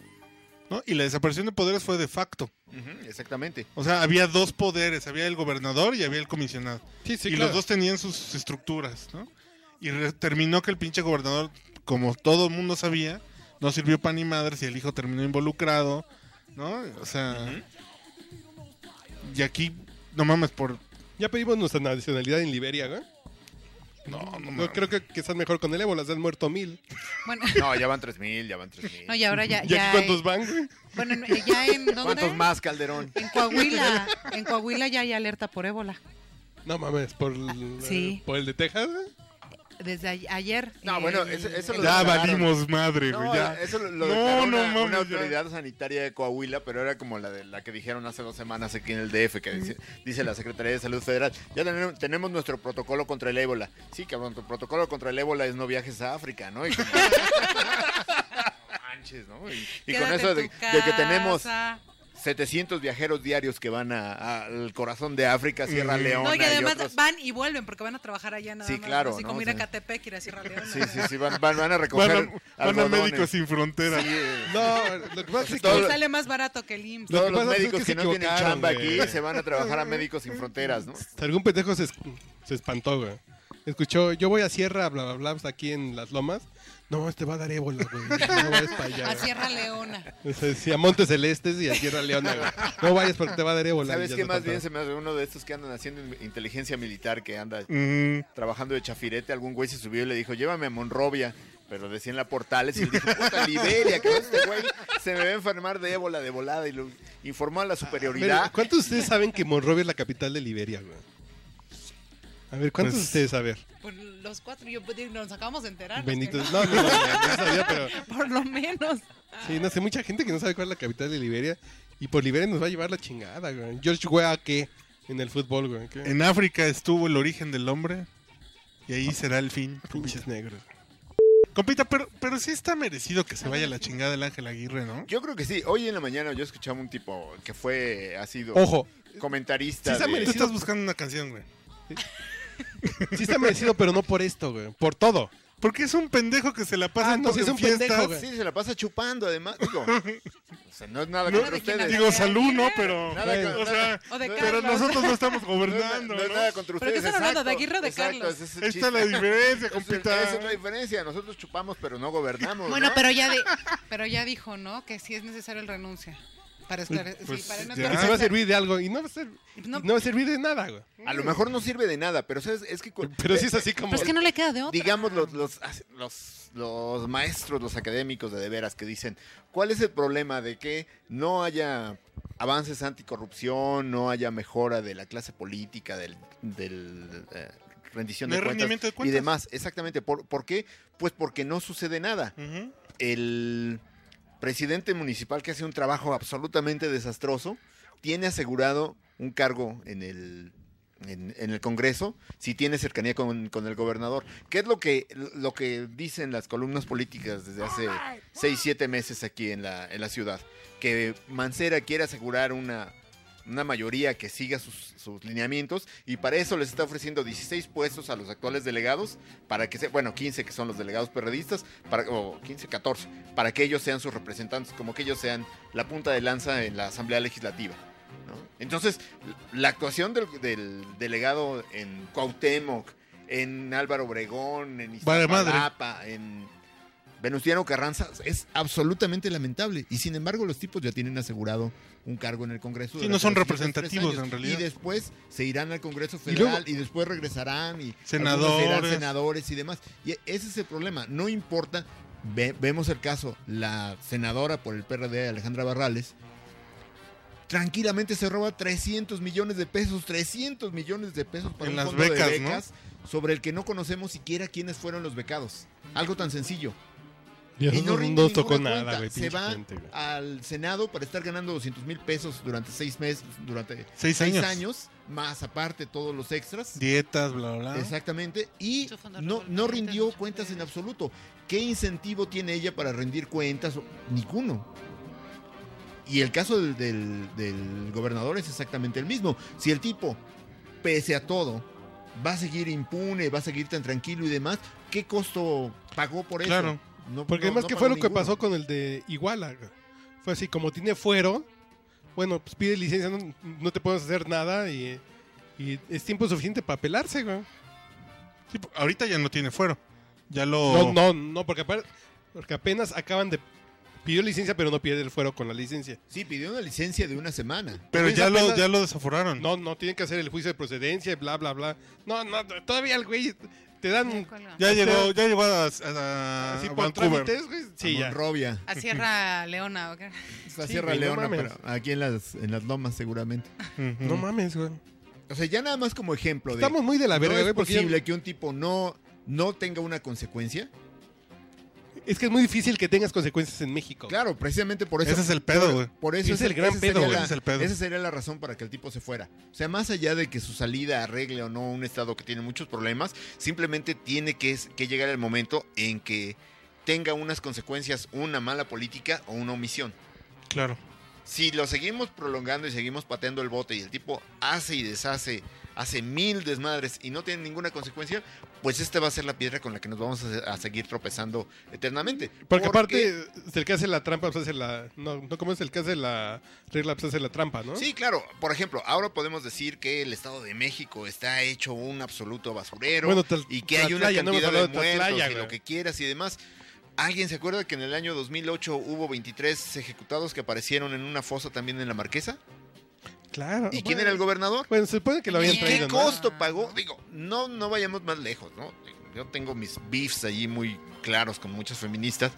Speaker 1: ¿no? Y la desaparición de poderes fue de facto.
Speaker 4: Ujú, exactamente.
Speaker 1: O sea, había dos poderes, había el gobernador y había el comisionado.
Speaker 2: Sí, sí,
Speaker 1: y
Speaker 2: claro.
Speaker 1: los dos tenían sus estructuras, ¿no? Y re- terminó que el pinche gobernador, como todo el mundo sabía, no sirvió pan ni madres y el hijo terminó involucrado, ¿no? O sea... Y aquí, no mames, por...
Speaker 2: Ya pedimos nuestra nacionalidad en Liberia, ¿no?
Speaker 1: No, no mames.
Speaker 2: No, creo que, que están mejor con el ébola, se han muerto mil.
Speaker 3: Bueno,
Speaker 4: No, ya van 3000, ya van 3000.
Speaker 3: no, y ahora ya.
Speaker 2: ¿Y
Speaker 3: ya
Speaker 2: aquí cuántos van, güey?
Speaker 3: Bueno, en- eh, ya en. ¿dónde?
Speaker 4: ¿Cuántos más, Calderón?
Speaker 3: En Coahuila. En Coahuila ya hay alerta por ébola.
Speaker 2: No mames, por el,
Speaker 3: Ah,
Speaker 2: eh,
Speaker 3: Sí.
Speaker 2: por el de Texas. güey.
Speaker 3: Desde a- ayer. eh,
Speaker 4: No, bueno, eso- eso lo-
Speaker 1: Ya
Speaker 4: declararon.
Speaker 1: valimos madre, güey,
Speaker 4: No, eh,
Speaker 1: ya.
Speaker 4: eso lo, lo
Speaker 1: No, no
Speaker 4: declaró una,
Speaker 1: mames,
Speaker 4: una
Speaker 1: ya.
Speaker 4: autoridad sanitaria de Coahuila, pero era como la de la que dijeron hace dos semanas aquí en el DF, que dice, dice la Secretaría de Salud Federal, ya tenemos, tenemos nuestro protocolo contra el ébola. Sí, cabrón, tu protocolo contra el ébola es no viajes a África, ¿no? Y, como- Manches, ¿no? Y- y con
Speaker 3: Quédate
Speaker 4: eso
Speaker 3: en
Speaker 4: de,
Speaker 3: tu
Speaker 4: de que tenemos
Speaker 3: casa.
Speaker 4: 700 viajeros diarios que van a- a- al corazón de África, Sierra
Speaker 1: Ujú.
Speaker 4: Leona
Speaker 3: No, y además
Speaker 4: y otros-
Speaker 3: van y vuelven porque van a trabajar allá nada
Speaker 4: Sí,
Speaker 3: más,
Speaker 4: claro,
Speaker 3: Así
Speaker 4: ¿no?
Speaker 3: como
Speaker 4: O
Speaker 3: ir a
Speaker 4: sea-
Speaker 3: Catepec, ir a Sierra Leona.
Speaker 4: Sí, sí, sí, van, van, van a
Speaker 1: Van
Speaker 4: recoger
Speaker 1: a, van a
Speaker 4: algodones.
Speaker 1: Médicos Sin Fronteras.
Speaker 4: Sí, eh.
Speaker 2: No, lo que pasa es que
Speaker 4: Todo-
Speaker 3: Y sale más barato que el IMSS.
Speaker 2: Lo
Speaker 4: Todos
Speaker 2: que
Speaker 4: los
Speaker 2: pasa es que se
Speaker 4: médicos que no tienen
Speaker 2: equivocaron,
Speaker 4: chamba
Speaker 2: güey.
Speaker 4: aquí se van a trabajar a Médicos Sin Fronteras, ¿no?
Speaker 2: si algún pendejo se, es- se espantó, güey. Escuchó, yo voy a Sierra, bla, bla, bla, hasta aquí en las lomas. No, este va a dar ébola, güey. No vayas para allá.
Speaker 3: A
Speaker 2: güey.
Speaker 3: Sierra Leona.
Speaker 2: O sea, sí, a Montes Celestes y a Sierra Leona, güey. No vayas porque te va a dar ébola.
Speaker 4: ¿Sabes
Speaker 2: ya
Speaker 4: qué?
Speaker 2: te
Speaker 4: Más
Speaker 2: contaron.
Speaker 4: bien se me hace uno de estos que andan haciendo in- inteligencia militar, que anda
Speaker 1: Mm,
Speaker 4: trabajando de chafirete. Algún güey se subió y le dijo, llévame a Monrovia. Pero decían la Portales y le dijo, puta, Liberia, que este güey se me va a enfermar de ébola de volada. Y lo informó a la
Speaker 2: Ah, Mira,
Speaker 4: superioridad.
Speaker 2: ¿Cuántos de ustedes saben que Monrovia es la capital de Liberia, güey? A ver, ¿cuántos
Speaker 1: Pues-
Speaker 2: de ustedes saben?
Speaker 3: Por los cuatro, yo pues, digo, nos acabamos de enterar.
Speaker 2: Benito.
Speaker 3: los que
Speaker 2: No, no, no, no, no sabía, pero.
Speaker 3: no. Por lo menos.
Speaker 2: Sí, no sé, mucha gente que no sabe cuál es la capital de Liberia. Y por Liberia nos va a llevar la chingada, güey. George Weah, ¿qué? En el fútbol, güey. ¿qué?
Speaker 1: en África estuvo el origen del hombre y ahí será el fin.
Speaker 2: Pinches negros.
Speaker 1: Compita, pero, pero sí está merecido que se vaya la chingada el Ángel Aguirre, ¿no?
Speaker 4: Yo creo que sí. Hoy en la mañana yo escuchaba un tipo que fue, ha sido
Speaker 2: Ojo,
Speaker 4: comentarista.
Speaker 2: Sí se
Speaker 4: de-
Speaker 1: Tú
Speaker 2: merece-
Speaker 1: estás buscando una canción, güey.
Speaker 2: sí está merecido, pero no por esto, güey. Por todo.
Speaker 1: Porque es un pendejo que se la pasa
Speaker 2: Ah, no,
Speaker 1: todo
Speaker 2: sí es
Speaker 1: en
Speaker 2: un pendejo,
Speaker 1: fiestas.
Speaker 2: güey.
Speaker 4: Sí, se la pasa chupando, además. Digo, o sea, no es nada
Speaker 1: No,
Speaker 4: contra ustedes.
Speaker 1: Digo, salud, ¿no? Pero,
Speaker 4: Nada
Speaker 1: güey,
Speaker 4: que-
Speaker 1: o sea,
Speaker 3: O de
Speaker 4: No,
Speaker 1: pero
Speaker 3: Carlos.
Speaker 1: nosotros no estamos
Speaker 4: No es na-
Speaker 1: gobernando,
Speaker 4: no es
Speaker 1: ¿no?
Speaker 4: nada contra
Speaker 3: ¿Pero qué
Speaker 4: ustedes.
Speaker 3: están hablando, de
Speaker 4: exacto,
Speaker 3: Aguirre o de
Speaker 4: exacto,
Speaker 3: Carlos?
Speaker 4: ese es el
Speaker 1: Esa
Speaker 4: chiste.
Speaker 1: es la diferencia,
Speaker 4: Esa es-
Speaker 1: compita.
Speaker 4: Esa es la diferencia. Nosotros chupamos, pero no gobernamos.
Speaker 3: Bueno,
Speaker 4: ¿no?
Speaker 3: pero ya, de, pero ya dijo, ¿no? Que sí es necesario el renuncia. Para esclarecer.
Speaker 1: Pues,
Speaker 3: sí, para no
Speaker 1: ya.
Speaker 2: Porque se va a
Speaker 3: esclarecer.
Speaker 2: servir de algo y no va a, ser-
Speaker 3: No.
Speaker 2: y no va a servir de nada, güey.
Speaker 4: A lo mejor no sirve de nada, pero ¿sabes? es que. cu-
Speaker 2: Pero sí es así como.
Speaker 3: Pero es que no le queda de otra.
Speaker 4: Digamos, los, los, los, los maestros, los académicos de de veras que dicen, ¿cuál es el problema de que no haya avances anticorrupción, no haya mejora de la clase política, del, del, eh, rendición de
Speaker 1: Del
Speaker 4: cuentas,
Speaker 1: rendimiento de cuentas.
Speaker 4: y demás? Exactamente. ¿Por, ¿Por qué? Pues porque no sucede nada.
Speaker 1: Ujú.
Speaker 4: El presidente municipal que hace un trabajo absolutamente desastroso tiene asegurado un cargo en el, en, en el Congreso si tiene cercanía con, con el gobernador. ¿Qué es lo que, lo que dicen las columnas políticas desde hace seis, siete meses aquí en la, en la ciudad? Que Mancera quiere asegurar una, una mayoría que siga sus, sus lineamientos y para eso les está ofreciendo 16 puestos a los actuales delegados, para que se, bueno, 15 que son los delegados perredistas, para, o 15, 14, para que ellos sean sus representantes, como que ellos sean la punta de lanza en la Asamblea Legislativa. ¿no? Entonces, la actuación del, del delegado en Cuauhtémoc, en Álvaro Obregón, en
Speaker 1: Vale madre.
Speaker 4: Iztapalapa, en Venustiano Carranza es absolutamente lamentable y sin embargo los tipos ya tienen asegurado un cargo en el Congreso.
Speaker 1: Sí,
Speaker 4: durante
Speaker 1: no son
Speaker 4: los siguientes tres
Speaker 1: representativos,
Speaker 4: años.
Speaker 1: en realidad.
Speaker 4: Y después se irán al Congreso
Speaker 2: Y luego-
Speaker 4: Federal y, después regresarán y
Speaker 1: Senadores.
Speaker 4: algunos serán senadores y demás. Y ese es el problema, no importa, ve- vemos el caso, la senadora por el PRD Alejandra Barrales tranquilamente se roba 300 millones de pesos, 300 millones de pesos para
Speaker 1: En
Speaker 4: un
Speaker 1: las
Speaker 4: fondo de
Speaker 1: becas, ¿no?
Speaker 4: becas sobre el que no conocemos siquiera quiénes fueron los becados. Algo tan sencillo.
Speaker 2: Dios,
Speaker 4: Y no
Speaker 2: no,
Speaker 4: rinde
Speaker 2: no
Speaker 4: ninguna
Speaker 2: tocó
Speaker 4: cuenta.
Speaker 2: nada, güey.
Speaker 4: Se
Speaker 2: pinche
Speaker 4: va
Speaker 2: gente, güey.
Speaker 4: al Senado para estar ganando 200 mil pesos durante seis meses, durante
Speaker 1: Seis
Speaker 4: seis
Speaker 1: años.
Speaker 4: años, más aparte todos los extras.
Speaker 1: Dietas, bla,
Speaker 2: ah.
Speaker 1: bla. bla.
Speaker 4: Exactamente, y
Speaker 3: Su fondo
Speaker 4: no,
Speaker 3: revolvente,
Speaker 4: no rindió
Speaker 3: mucho
Speaker 4: cuentas en
Speaker 3: dinero.
Speaker 4: absoluto. ¿Qué incentivo tiene ella para rendir cuentas? Ninguno. Y el caso del, del- del gobernador es exactamente el mismo. Si el tipo, pese a todo, va a seguir impune, va a seguir tan tranquilo y demás. ¿Qué costo pagó por eso?
Speaker 1: Claro.
Speaker 4: No-
Speaker 2: Porque
Speaker 4: no-
Speaker 2: además
Speaker 4: no
Speaker 2: que
Speaker 4: pagó
Speaker 2: fue lo que
Speaker 4: ninguno.
Speaker 2: pasó con el de Iguala. Fue así, como tiene fuero, bueno, pues pide licencia, no, no te podemos hacer nada y, y es tiempo suficiente para pelarse, güey.
Speaker 1: Sí, po- ahorita ya no tiene fuero. Ya lo.
Speaker 2: No, no, no, porque, apar- porque apenas acaban de... Pidió licencia, pero no pierde el fuero con la licencia.
Speaker 4: Sí, pidió una licencia de una semana.
Speaker 1: Pero
Speaker 2: Pues
Speaker 1: ya lo,
Speaker 2: apenas-
Speaker 1: ya lo desaforaron.
Speaker 4: Mm.
Speaker 2: No, no, tienen que hacer el juicio de procedencia, bla, bla, bla. No, no, todavía el güey te dan...
Speaker 1: Ya
Speaker 2: O sea,
Speaker 1: llegó, ya llegó a, a-
Speaker 2: Este,
Speaker 4: Ah,
Speaker 2: Así
Speaker 1: a
Speaker 2: por
Speaker 1: Vancouver.
Speaker 2: trámites, güey. Sí, ya.
Speaker 4: Robia.
Speaker 3: A Sierra Leona, ¿ok?
Speaker 4: La
Speaker 2: Sí,
Speaker 4: Sierra
Speaker 2: güey, no
Speaker 4: Leona,
Speaker 2: mames.
Speaker 4: pero aquí en las, en las lomas seguramente.
Speaker 1: Ujú.
Speaker 2: No mames, güey.
Speaker 4: O sea, ya nada más como ejemplo de...
Speaker 2: Estamos muy de la verga,
Speaker 4: ¿no
Speaker 2: güey.
Speaker 4: es
Speaker 2: porque ya-
Speaker 4: posible que un tipo no, no tenga una consecuencia?
Speaker 2: Es que es muy difícil que tengas consecuencias en México.
Speaker 4: Claro, precisamente por eso...
Speaker 1: Ese es el pedo, güey.
Speaker 4: Por eso
Speaker 2: Ese es el gran
Speaker 4: esa
Speaker 2: pedo,
Speaker 4: sería
Speaker 2: güey,
Speaker 4: la-
Speaker 1: ese es el pedo.
Speaker 4: Esa sería la razón para que el tipo se fuera. O sea, más allá de que su salida arregle o no un estado que tiene muchos problemas, simplemente tiene que, es- que llegar el momento en que tenga unas consecuencias una mala política o una omisión.
Speaker 1: Claro.
Speaker 4: Si lo seguimos prolongando y seguimos pateando el bote y el tipo hace y deshace, hace mil desmadres y no tiene ninguna consecuencia, pues esta va a ser la piedra con la que nos vamos a, a seguir tropezando eternamente.
Speaker 2: Porque aparte, el que hace la trampa, pues hace la. No, no como es el que hace la regla, pues hace la trampa, ¿no?
Speaker 4: Sí, claro. Por ejemplo, ahora podemos decir que el Estado de México está hecho un absoluto basurero
Speaker 2: Bueno, Tl-
Speaker 4: y que hay una
Speaker 2: Tlatlaya, no hemos
Speaker 4: cantidad de
Speaker 2: hablado de
Speaker 4: muertos
Speaker 2: Tlatlaya,
Speaker 4: y lo
Speaker 2: güey.
Speaker 4: que quieras y demás. ¿Alguien se acuerda que en el año 2008 hubo 23 ejecutados que aparecieron en una fosa también en la Marquesa?
Speaker 2: Claro.
Speaker 4: ¿Y quién era el gobernador?
Speaker 2: Bueno, se supone que lo habían
Speaker 4: ¿Y
Speaker 2: traído,
Speaker 4: qué
Speaker 2: ¿no?
Speaker 4: costo pagó? Digo, no, no vayamos más lejos, ¿no? Yo tengo mis beefs allí muy claros con muchas feministas.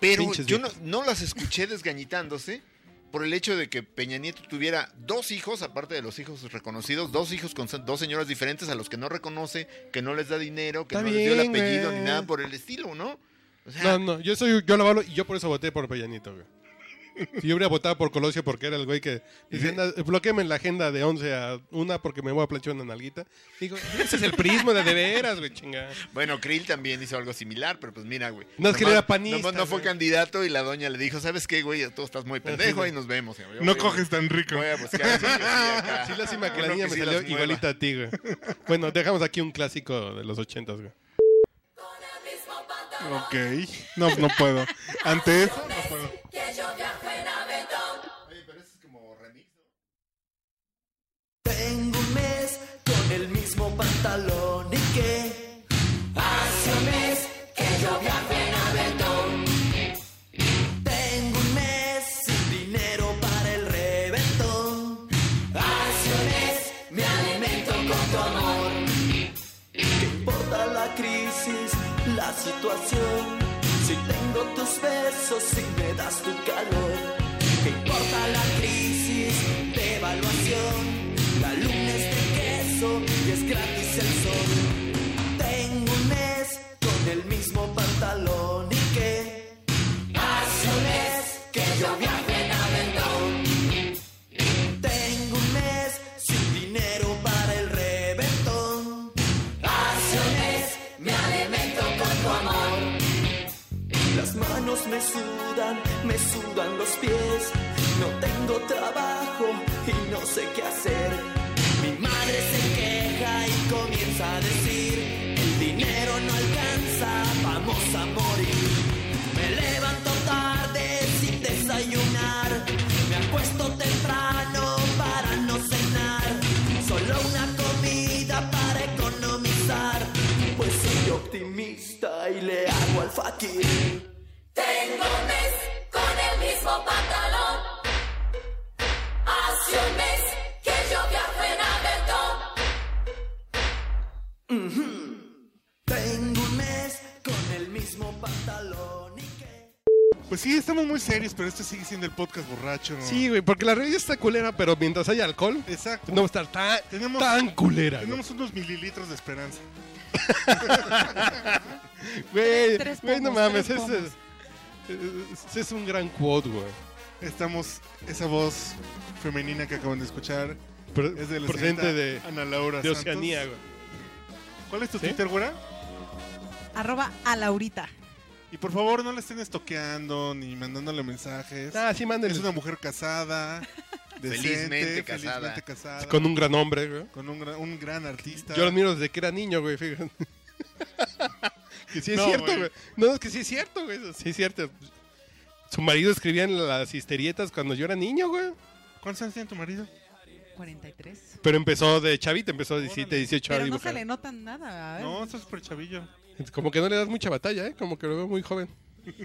Speaker 4: Pero
Speaker 2: Pinches
Speaker 4: yo no,
Speaker 2: viejas.
Speaker 4: no las escuché desgañitándose por el hecho de que Peña Nieto tuviera dos hijos, aparte de los hijos reconocidos, dos hijos con se- dos señoras diferentes a los que no reconoce, que no les da dinero, que
Speaker 2: Está
Speaker 4: no les dio el
Speaker 2: bien,
Speaker 4: apellido
Speaker 2: güey.
Speaker 4: ni nada por el estilo, ¿no? O sea,
Speaker 2: No, no, yo soy, yo lo avalo y yo por eso voté por Peñanito, güey. Si yo hubiera votado por Colosio porque era el güey que dice, bloqueame la agenda de 11 a 1 porque me voy a planchar una nalguita. Digo, ese es el prisma de de veras, güey, chinga.
Speaker 4: Bueno, Krill también hizo algo similar, pero pues mira, güey.
Speaker 2: No, es que él era panista,
Speaker 4: nomás no fue
Speaker 2: güey.
Speaker 4: candidato y la doña le dijo, ¿sabes qué, güey? Tú estás muy pendejo y nos vemos. güey. Yo
Speaker 1: No
Speaker 4: voy-
Speaker 1: coges tan rico.
Speaker 4: Voy a buscar. a alguien que acá.
Speaker 2: Ah, Sí, lástima que la
Speaker 4: Uno
Speaker 2: niña me
Speaker 4: sí las
Speaker 2: salió
Speaker 4: mueva.
Speaker 2: igualita a ti, güey. Bueno, dejamos aquí un clásico de los 80, güey.
Speaker 1: Ok. No, no puedo. Ante eso, no puedo.
Speaker 4: Oye, pero ese es como remix, ¿no?
Speaker 5: Tengo un mes con el mismo pantalón y que hace un mes que yo viajo en aventón. Tengo un mes sin dinero para el reventón. Hace un mes me alimento con tu amor. ¿Qué importa la crisis, la situación? Si tengo tus besos, si me das tu calor. ¿Qué importa la crisis, de evaluación? La luna es de queso y es gratis el sol. Tengo un mes con el mismo pantalón y que hace un mes que yo viajo en aventón. Tengo un mes sin dinero para el reventón. Hace un mes me alimento con tu amor. Las manos me sudan, me sudan los pies. No tengo trabajo y no sé qué hacer. Mi madre se queja y comienza a decir, el dinero no alcanza, vamos a morir. Me levanto tarde sin desayunar, me acuesto temprano para no cenar. Solo una comida para economizar, pues soy optimista y le hago al fakir.
Speaker 6: Tengo un mes con el mismo pantalón. Hace un mes que yo viajo en Aventón.
Speaker 5: Tengo un mes con el mismo pantalón y que...
Speaker 1: Pues sí, estamos muy serios, pero este sigue siendo el podcast borracho. ¿no?
Speaker 2: Sí, güey, porque la realidad está culera, pero mientras haya alcohol,
Speaker 1: Exacto.
Speaker 2: no va a estar tan,
Speaker 1: Tenemos-
Speaker 2: tan culera. güey.
Speaker 1: Tenemos unos mililitros de esperanza.
Speaker 2: Güey,
Speaker 3: Tres
Speaker 2: güey, no
Speaker 3: pomos,
Speaker 2: mames,
Speaker 3: tres
Speaker 2: ese es, eh, ese es un gran quote, güey.
Speaker 1: Estamos, esa voz femenina que acaban de escuchar
Speaker 2: Pro-
Speaker 1: es de la
Speaker 2: procedente
Speaker 1: señorita
Speaker 2: de,
Speaker 1: Ana Laura
Speaker 2: de
Speaker 1: Santos.
Speaker 2: Oceanía, güey.
Speaker 1: ¿Cuál es tu
Speaker 2: ¿Sí?
Speaker 1: Twitter, güera?
Speaker 3: Arroba a Laurita.
Speaker 1: Y por favor, no la estén estoqueando ni mandándole mensajes.
Speaker 2: Ah, sí, mándenle.
Speaker 1: es una mujer casada.
Speaker 4: Felizmente casada.
Speaker 1: felizmente casada,
Speaker 2: Con un gran hombre, güey.
Speaker 1: con un gran, un gran artista.
Speaker 2: Yo lo admiro desde que era niño, güey, fíjate. que sí es
Speaker 1: No,
Speaker 2: cierto,
Speaker 1: güey.
Speaker 2: güey. No, es que sí es cierto, güey. Sí es cierto. Su marido escribía en las histerietas cuando yo era niño, güey.
Speaker 1: ¿Cuántos años tiene tu marido?
Speaker 3: 43.
Speaker 2: Pero empezó de chavita, empezó de 17, 18
Speaker 3: Pero
Speaker 2: años.
Speaker 3: no se le notan nada, ¿eh? a ver.
Speaker 1: No, está súper chavillo.
Speaker 2: Como que no le das mucha batalla, ¿eh? Como que lo veo muy joven.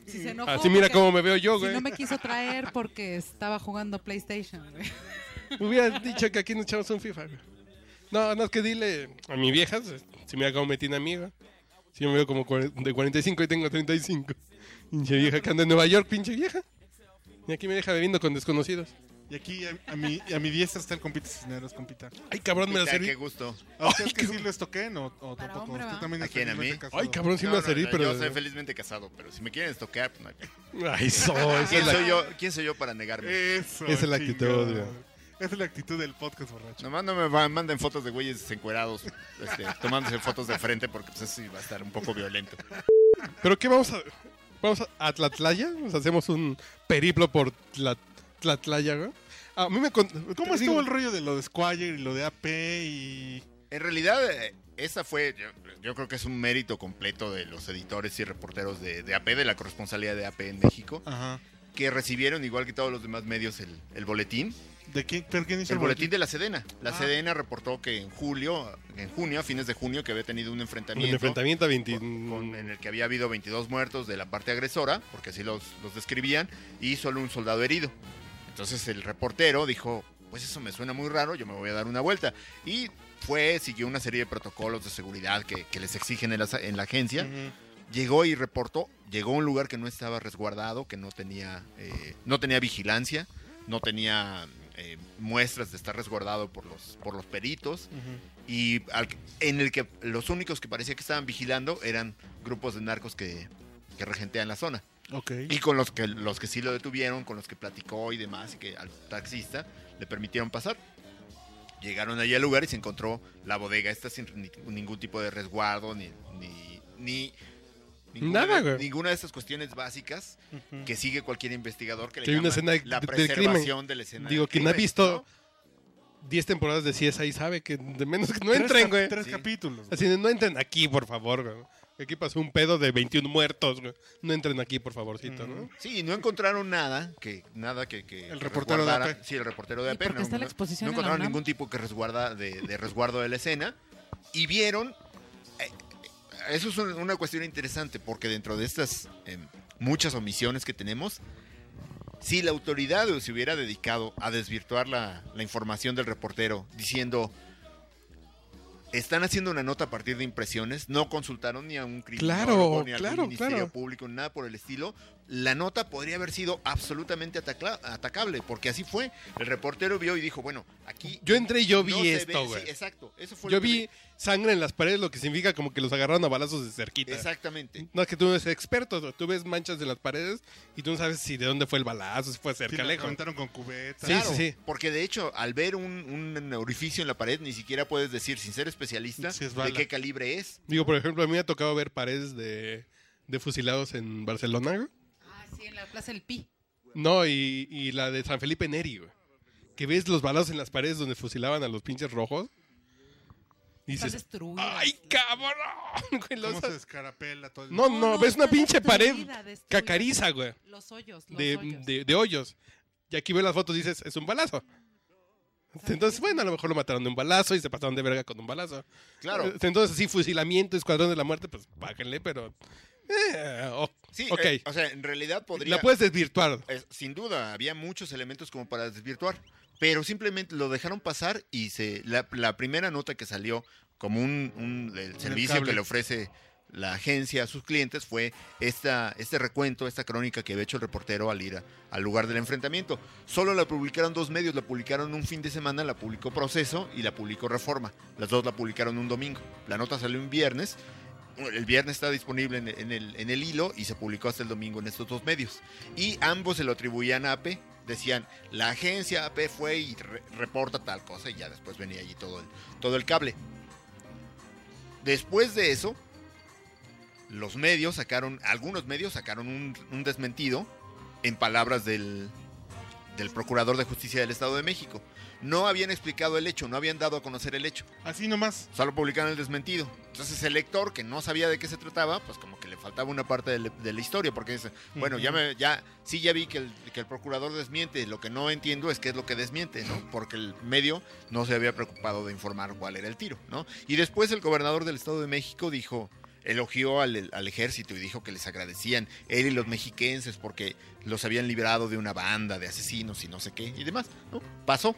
Speaker 3: Si se enojó
Speaker 2: Así Ah, mira
Speaker 3: porque-
Speaker 2: cómo me veo yo,
Speaker 3: Si
Speaker 2: güey.
Speaker 3: no me quiso traer porque estaba jugando PlayStation, güey.
Speaker 2: Hubieras dicho que aquí nos echamos un FIFA, güey. No, no, es que dile a mi vieja, pues, si mira cómo me tiene amiga. Si yo me veo como cuare- de 45 y tengo 35. Pinche vieja que anda en Nueva York, pinche vieja. Y aquí me deja bebiendo con desconocidos.
Speaker 1: Y aquí a, a mi, a mi diestra está el compita Cisneros, compita.
Speaker 2: Ay, cabrón, me la
Speaker 4: Ya,
Speaker 2: serví.
Speaker 4: qué gusto.
Speaker 1: ¿A ustedes que sí les toqué? No, o
Speaker 3: Para
Speaker 1: tampoco.
Speaker 3: hombre,
Speaker 1: Usted
Speaker 3: ¿va?
Speaker 1: también
Speaker 4: ¿A
Speaker 1: es
Speaker 4: quién, a
Speaker 1: felizmente
Speaker 4: mí?
Speaker 1: casado.
Speaker 2: Ay, cabrón, sí
Speaker 4: No,
Speaker 2: me la
Speaker 4: no,
Speaker 2: serví,
Speaker 4: no,
Speaker 2: pero...
Speaker 4: Yo soy felizmente casado, pero si me quieren estoquear, pues no hay pedo.
Speaker 2: Ay, eso, esa
Speaker 4: ¿Quién
Speaker 2: es la... Eh.
Speaker 4: soy, yo, ¿Quién soy yo para negarme?
Speaker 1: Eso.
Speaker 2: Esa es la actitud,
Speaker 1: chingado.
Speaker 2: güey.
Speaker 1: Esa es la actitud del podcast borracho.
Speaker 4: Nomás no me va- manden fotos de güeyes encuerados, este, tomándose fotos de frente, porque pues, eso sí va a estar un poco violento.
Speaker 2: ¿Pero qué vamos a...? ¿Vamos a, a Tlatlaya? ¿Nos hacemos un periplo por Tla- Tlatlaya, güey? A mí me... con-
Speaker 1: ¿Cómo
Speaker 2: te digo-
Speaker 1: estuvo el rollo de lo de Squire y lo de AP y
Speaker 4: En realidad, eh, esa fue, yo, yo creo que es un mérito completo de los editores y reporteros de, de AP, de la corresponsalía de AP en México,
Speaker 1: Ajá.
Speaker 4: que recibieron, igual que todos los demás medios, el, el boletín.
Speaker 1: ¿De quién, pero quién hizo
Speaker 4: El boletín de la Sedena. La
Speaker 1: Ah.
Speaker 4: Sedena reportó que en julio, en junio, a fines de junio, que había tenido un enfrentamiento.
Speaker 2: Un enfrentamiento a 20...
Speaker 4: con- con- en el que había habido 22 muertos de la parte agresora, porque así los, los describían, y solo un soldado herido. Entonces el reportero dijo, pues eso me suena muy raro, yo me voy a dar una vuelta. Y fue, siguió una serie de protocolos de seguridad que, que les exigen en la, en la agencia. Llegó y reportó, llegó a un lugar que no estaba resguardado, que no tenía, eh, no tenía vigilancia, no tenía eh, muestras de estar resguardado por los, por los peritos y al- en el que los únicos que parecía que estaban vigilando eran grupos de narcos que, que regentean la zona.
Speaker 1: Ok.
Speaker 4: Y con los que, los que sí lo detuvieron, con los que platicó y demás, y que al taxista le permitieron pasar. Llegaron allí al lugar y se encontró la bodega esta sin ni- ningún tipo de resguardo, ni... ni, ni
Speaker 2: Nada,
Speaker 4: de-
Speaker 2: güey.
Speaker 4: Ninguna de estas cuestiones básicas que sigue cualquier investigador que,
Speaker 2: Que hay
Speaker 4: le
Speaker 2: una
Speaker 4: llaman
Speaker 2: escena
Speaker 4: la
Speaker 2: de- del crimen.
Speaker 4: preservación de la escena
Speaker 2: Digo,
Speaker 4: del
Speaker 2: quien ha
Speaker 4: crimen,
Speaker 2: visto-
Speaker 4: ¿no?
Speaker 2: 10 temporadas de CSI sabe que de menos que no
Speaker 1: Tres
Speaker 2: entren,
Speaker 1: cap-
Speaker 2: güey.
Speaker 1: Tres
Speaker 4: Sí.
Speaker 1: capítulos. güey.
Speaker 2: Así de, no entren aquí, por favor, güey. Aquí pasó un pedo de 21 muertos, güey. No entren aquí, por favorcito, ¿no?
Speaker 4: Sí, no encontraron nada que nada que, que
Speaker 1: El reportero de
Speaker 4: resguardara-
Speaker 1: AP.
Speaker 4: Sí, el reportero de
Speaker 3: ¿Y
Speaker 4: AP.
Speaker 3: por qué
Speaker 4: no,
Speaker 3: está la
Speaker 4: no-
Speaker 3: exposición
Speaker 4: no
Speaker 3: en la
Speaker 4: encontraron
Speaker 3: UNAM?
Speaker 4: ningún tipo que resguarda de, de resguardo de la escena y vieron eh, eso es un- una cuestión interesante porque dentro de estas eh, muchas omisiones que tenemos si la autoridad se hubiera dedicado a desvirtuar la, la información del reportero diciendo están haciendo una nota a partir de impresiones, no consultaron ni a un criminólogo,
Speaker 2: Claro,
Speaker 4: ni al
Speaker 2: claro,
Speaker 4: Ministerio
Speaker 2: claro.
Speaker 4: Público, nada por el estilo, la nota podría haber sido absolutamente atacla- atacable, porque así fue. El reportero vio y dijo, bueno, aquí...
Speaker 2: Yo entré y yo
Speaker 4: no
Speaker 2: vi
Speaker 4: se
Speaker 2: esto,
Speaker 4: ve-
Speaker 2: güey.
Speaker 4: sí, exacto, eso fue
Speaker 2: yo
Speaker 4: lo que
Speaker 2: vi sangre en las paredes, lo que significa como que los agarraron a balazos de cerquita.
Speaker 4: Exactamente.
Speaker 2: No, es que tú no eres experto, güey. tú ves manchas en las paredes y tú no sabes si de dónde fue el balazo, si fue
Speaker 1: Sí,
Speaker 2: cerca,
Speaker 1: la
Speaker 2: lejos.
Speaker 1: comentaron con cubeta.
Speaker 2: Sí,
Speaker 4: Claro,
Speaker 2: sí, sí.
Speaker 4: Porque de hecho, al ver un, un orificio en la pared, ni siquiera puedes decir, sin ser especialista,
Speaker 1: Sí, es
Speaker 4: de
Speaker 1: bala.
Speaker 4: qué calibre es.
Speaker 2: Digo, por ejemplo, a mí me ha tocado ver paredes de, de fusilados en Barcelona, güey.
Speaker 3: Ah, sí, en la Plaza del Pi.
Speaker 2: No, y, y la de San Felipe Neri, güey. Que ves los balazos en las paredes donde fusilaban a los pinches rojos. Y
Speaker 3: Están
Speaker 2: dices,
Speaker 3: destruidas.
Speaker 2: ¡ay, cabrón! güey, los-
Speaker 1: ¿Cómo se descarapela todo el-
Speaker 2: No,
Speaker 3: No,
Speaker 2: no,
Speaker 3: no,
Speaker 2: ves una
Speaker 3: está
Speaker 2: pinche pared
Speaker 3: destruida, destruida.
Speaker 2: cacariza, güey.
Speaker 3: Los hoyos, los
Speaker 2: De,
Speaker 3: hoyos.
Speaker 2: de- de hoyos. Y aquí ves las fotos y dices, es un balazo. Entonces, bueno, a lo mejor lo mataron de un balazo y se pasaron de verga con un balazo. Eh,
Speaker 4: Claro.
Speaker 2: Entonces, sí, fusilamiento, escuadrón de la muerte, pues bájenle, pero... eh, o-
Speaker 4: Sí,
Speaker 2: ok.
Speaker 4: eh, o sea, en realidad podría...
Speaker 2: La puedes desvirtuar.
Speaker 4: Es- sin duda, había muchos elementos como para desvirtuar, pero simplemente lo dejaron pasar y se la, la primera nota que salió como un, un- el servicio
Speaker 1: cable.
Speaker 4: que le ofrece la agencia a sus clientes fue esta, este recuento, esta crónica que había hecho el reportero al ir a- al lugar del enfrentamiento. Solo la publicaron dos medios, la publicaron un fin de semana, la publicó Proceso y la publicó Reforma. Las dos la publicaron un domingo. La nota salió un viernes. El viernes está disponible en, en el, en el hilo y se publicó hasta el domingo en estos dos medios. Y ambos se lo atribuían a AP. Decían, la agencia AP fue y re- reporta tal cosa y ya después venía allí todo el, todo el cable. Después de eso, los medios sacaron, algunos medios sacaron un, un desmentido en palabras del, del Procurador de Justicia del Estado de México. No habían explicado el hecho, no habían dado a conocer el hecho.
Speaker 1: Así nomás.
Speaker 4: Solo publicaron el desmentido. Entonces el lector que no sabía de qué se trataba, pues como que le faltaba una parte de, la- de la historia, porque dice, bueno, ya me, ya, sí ya vi que el, que el procurador desmiente, lo que no entiendo es qué es lo que desmiente, ¿no? Porque el medio no se había preocupado de informar cuál era el tiro, ¿no? Y después el gobernador del Estado de México dijo, elogió al, al ejército y dijo que les agradecían él y los mexiquenses porque los habían librado de una banda de asesinos y no sé qué y demás, ¿no? Pasó.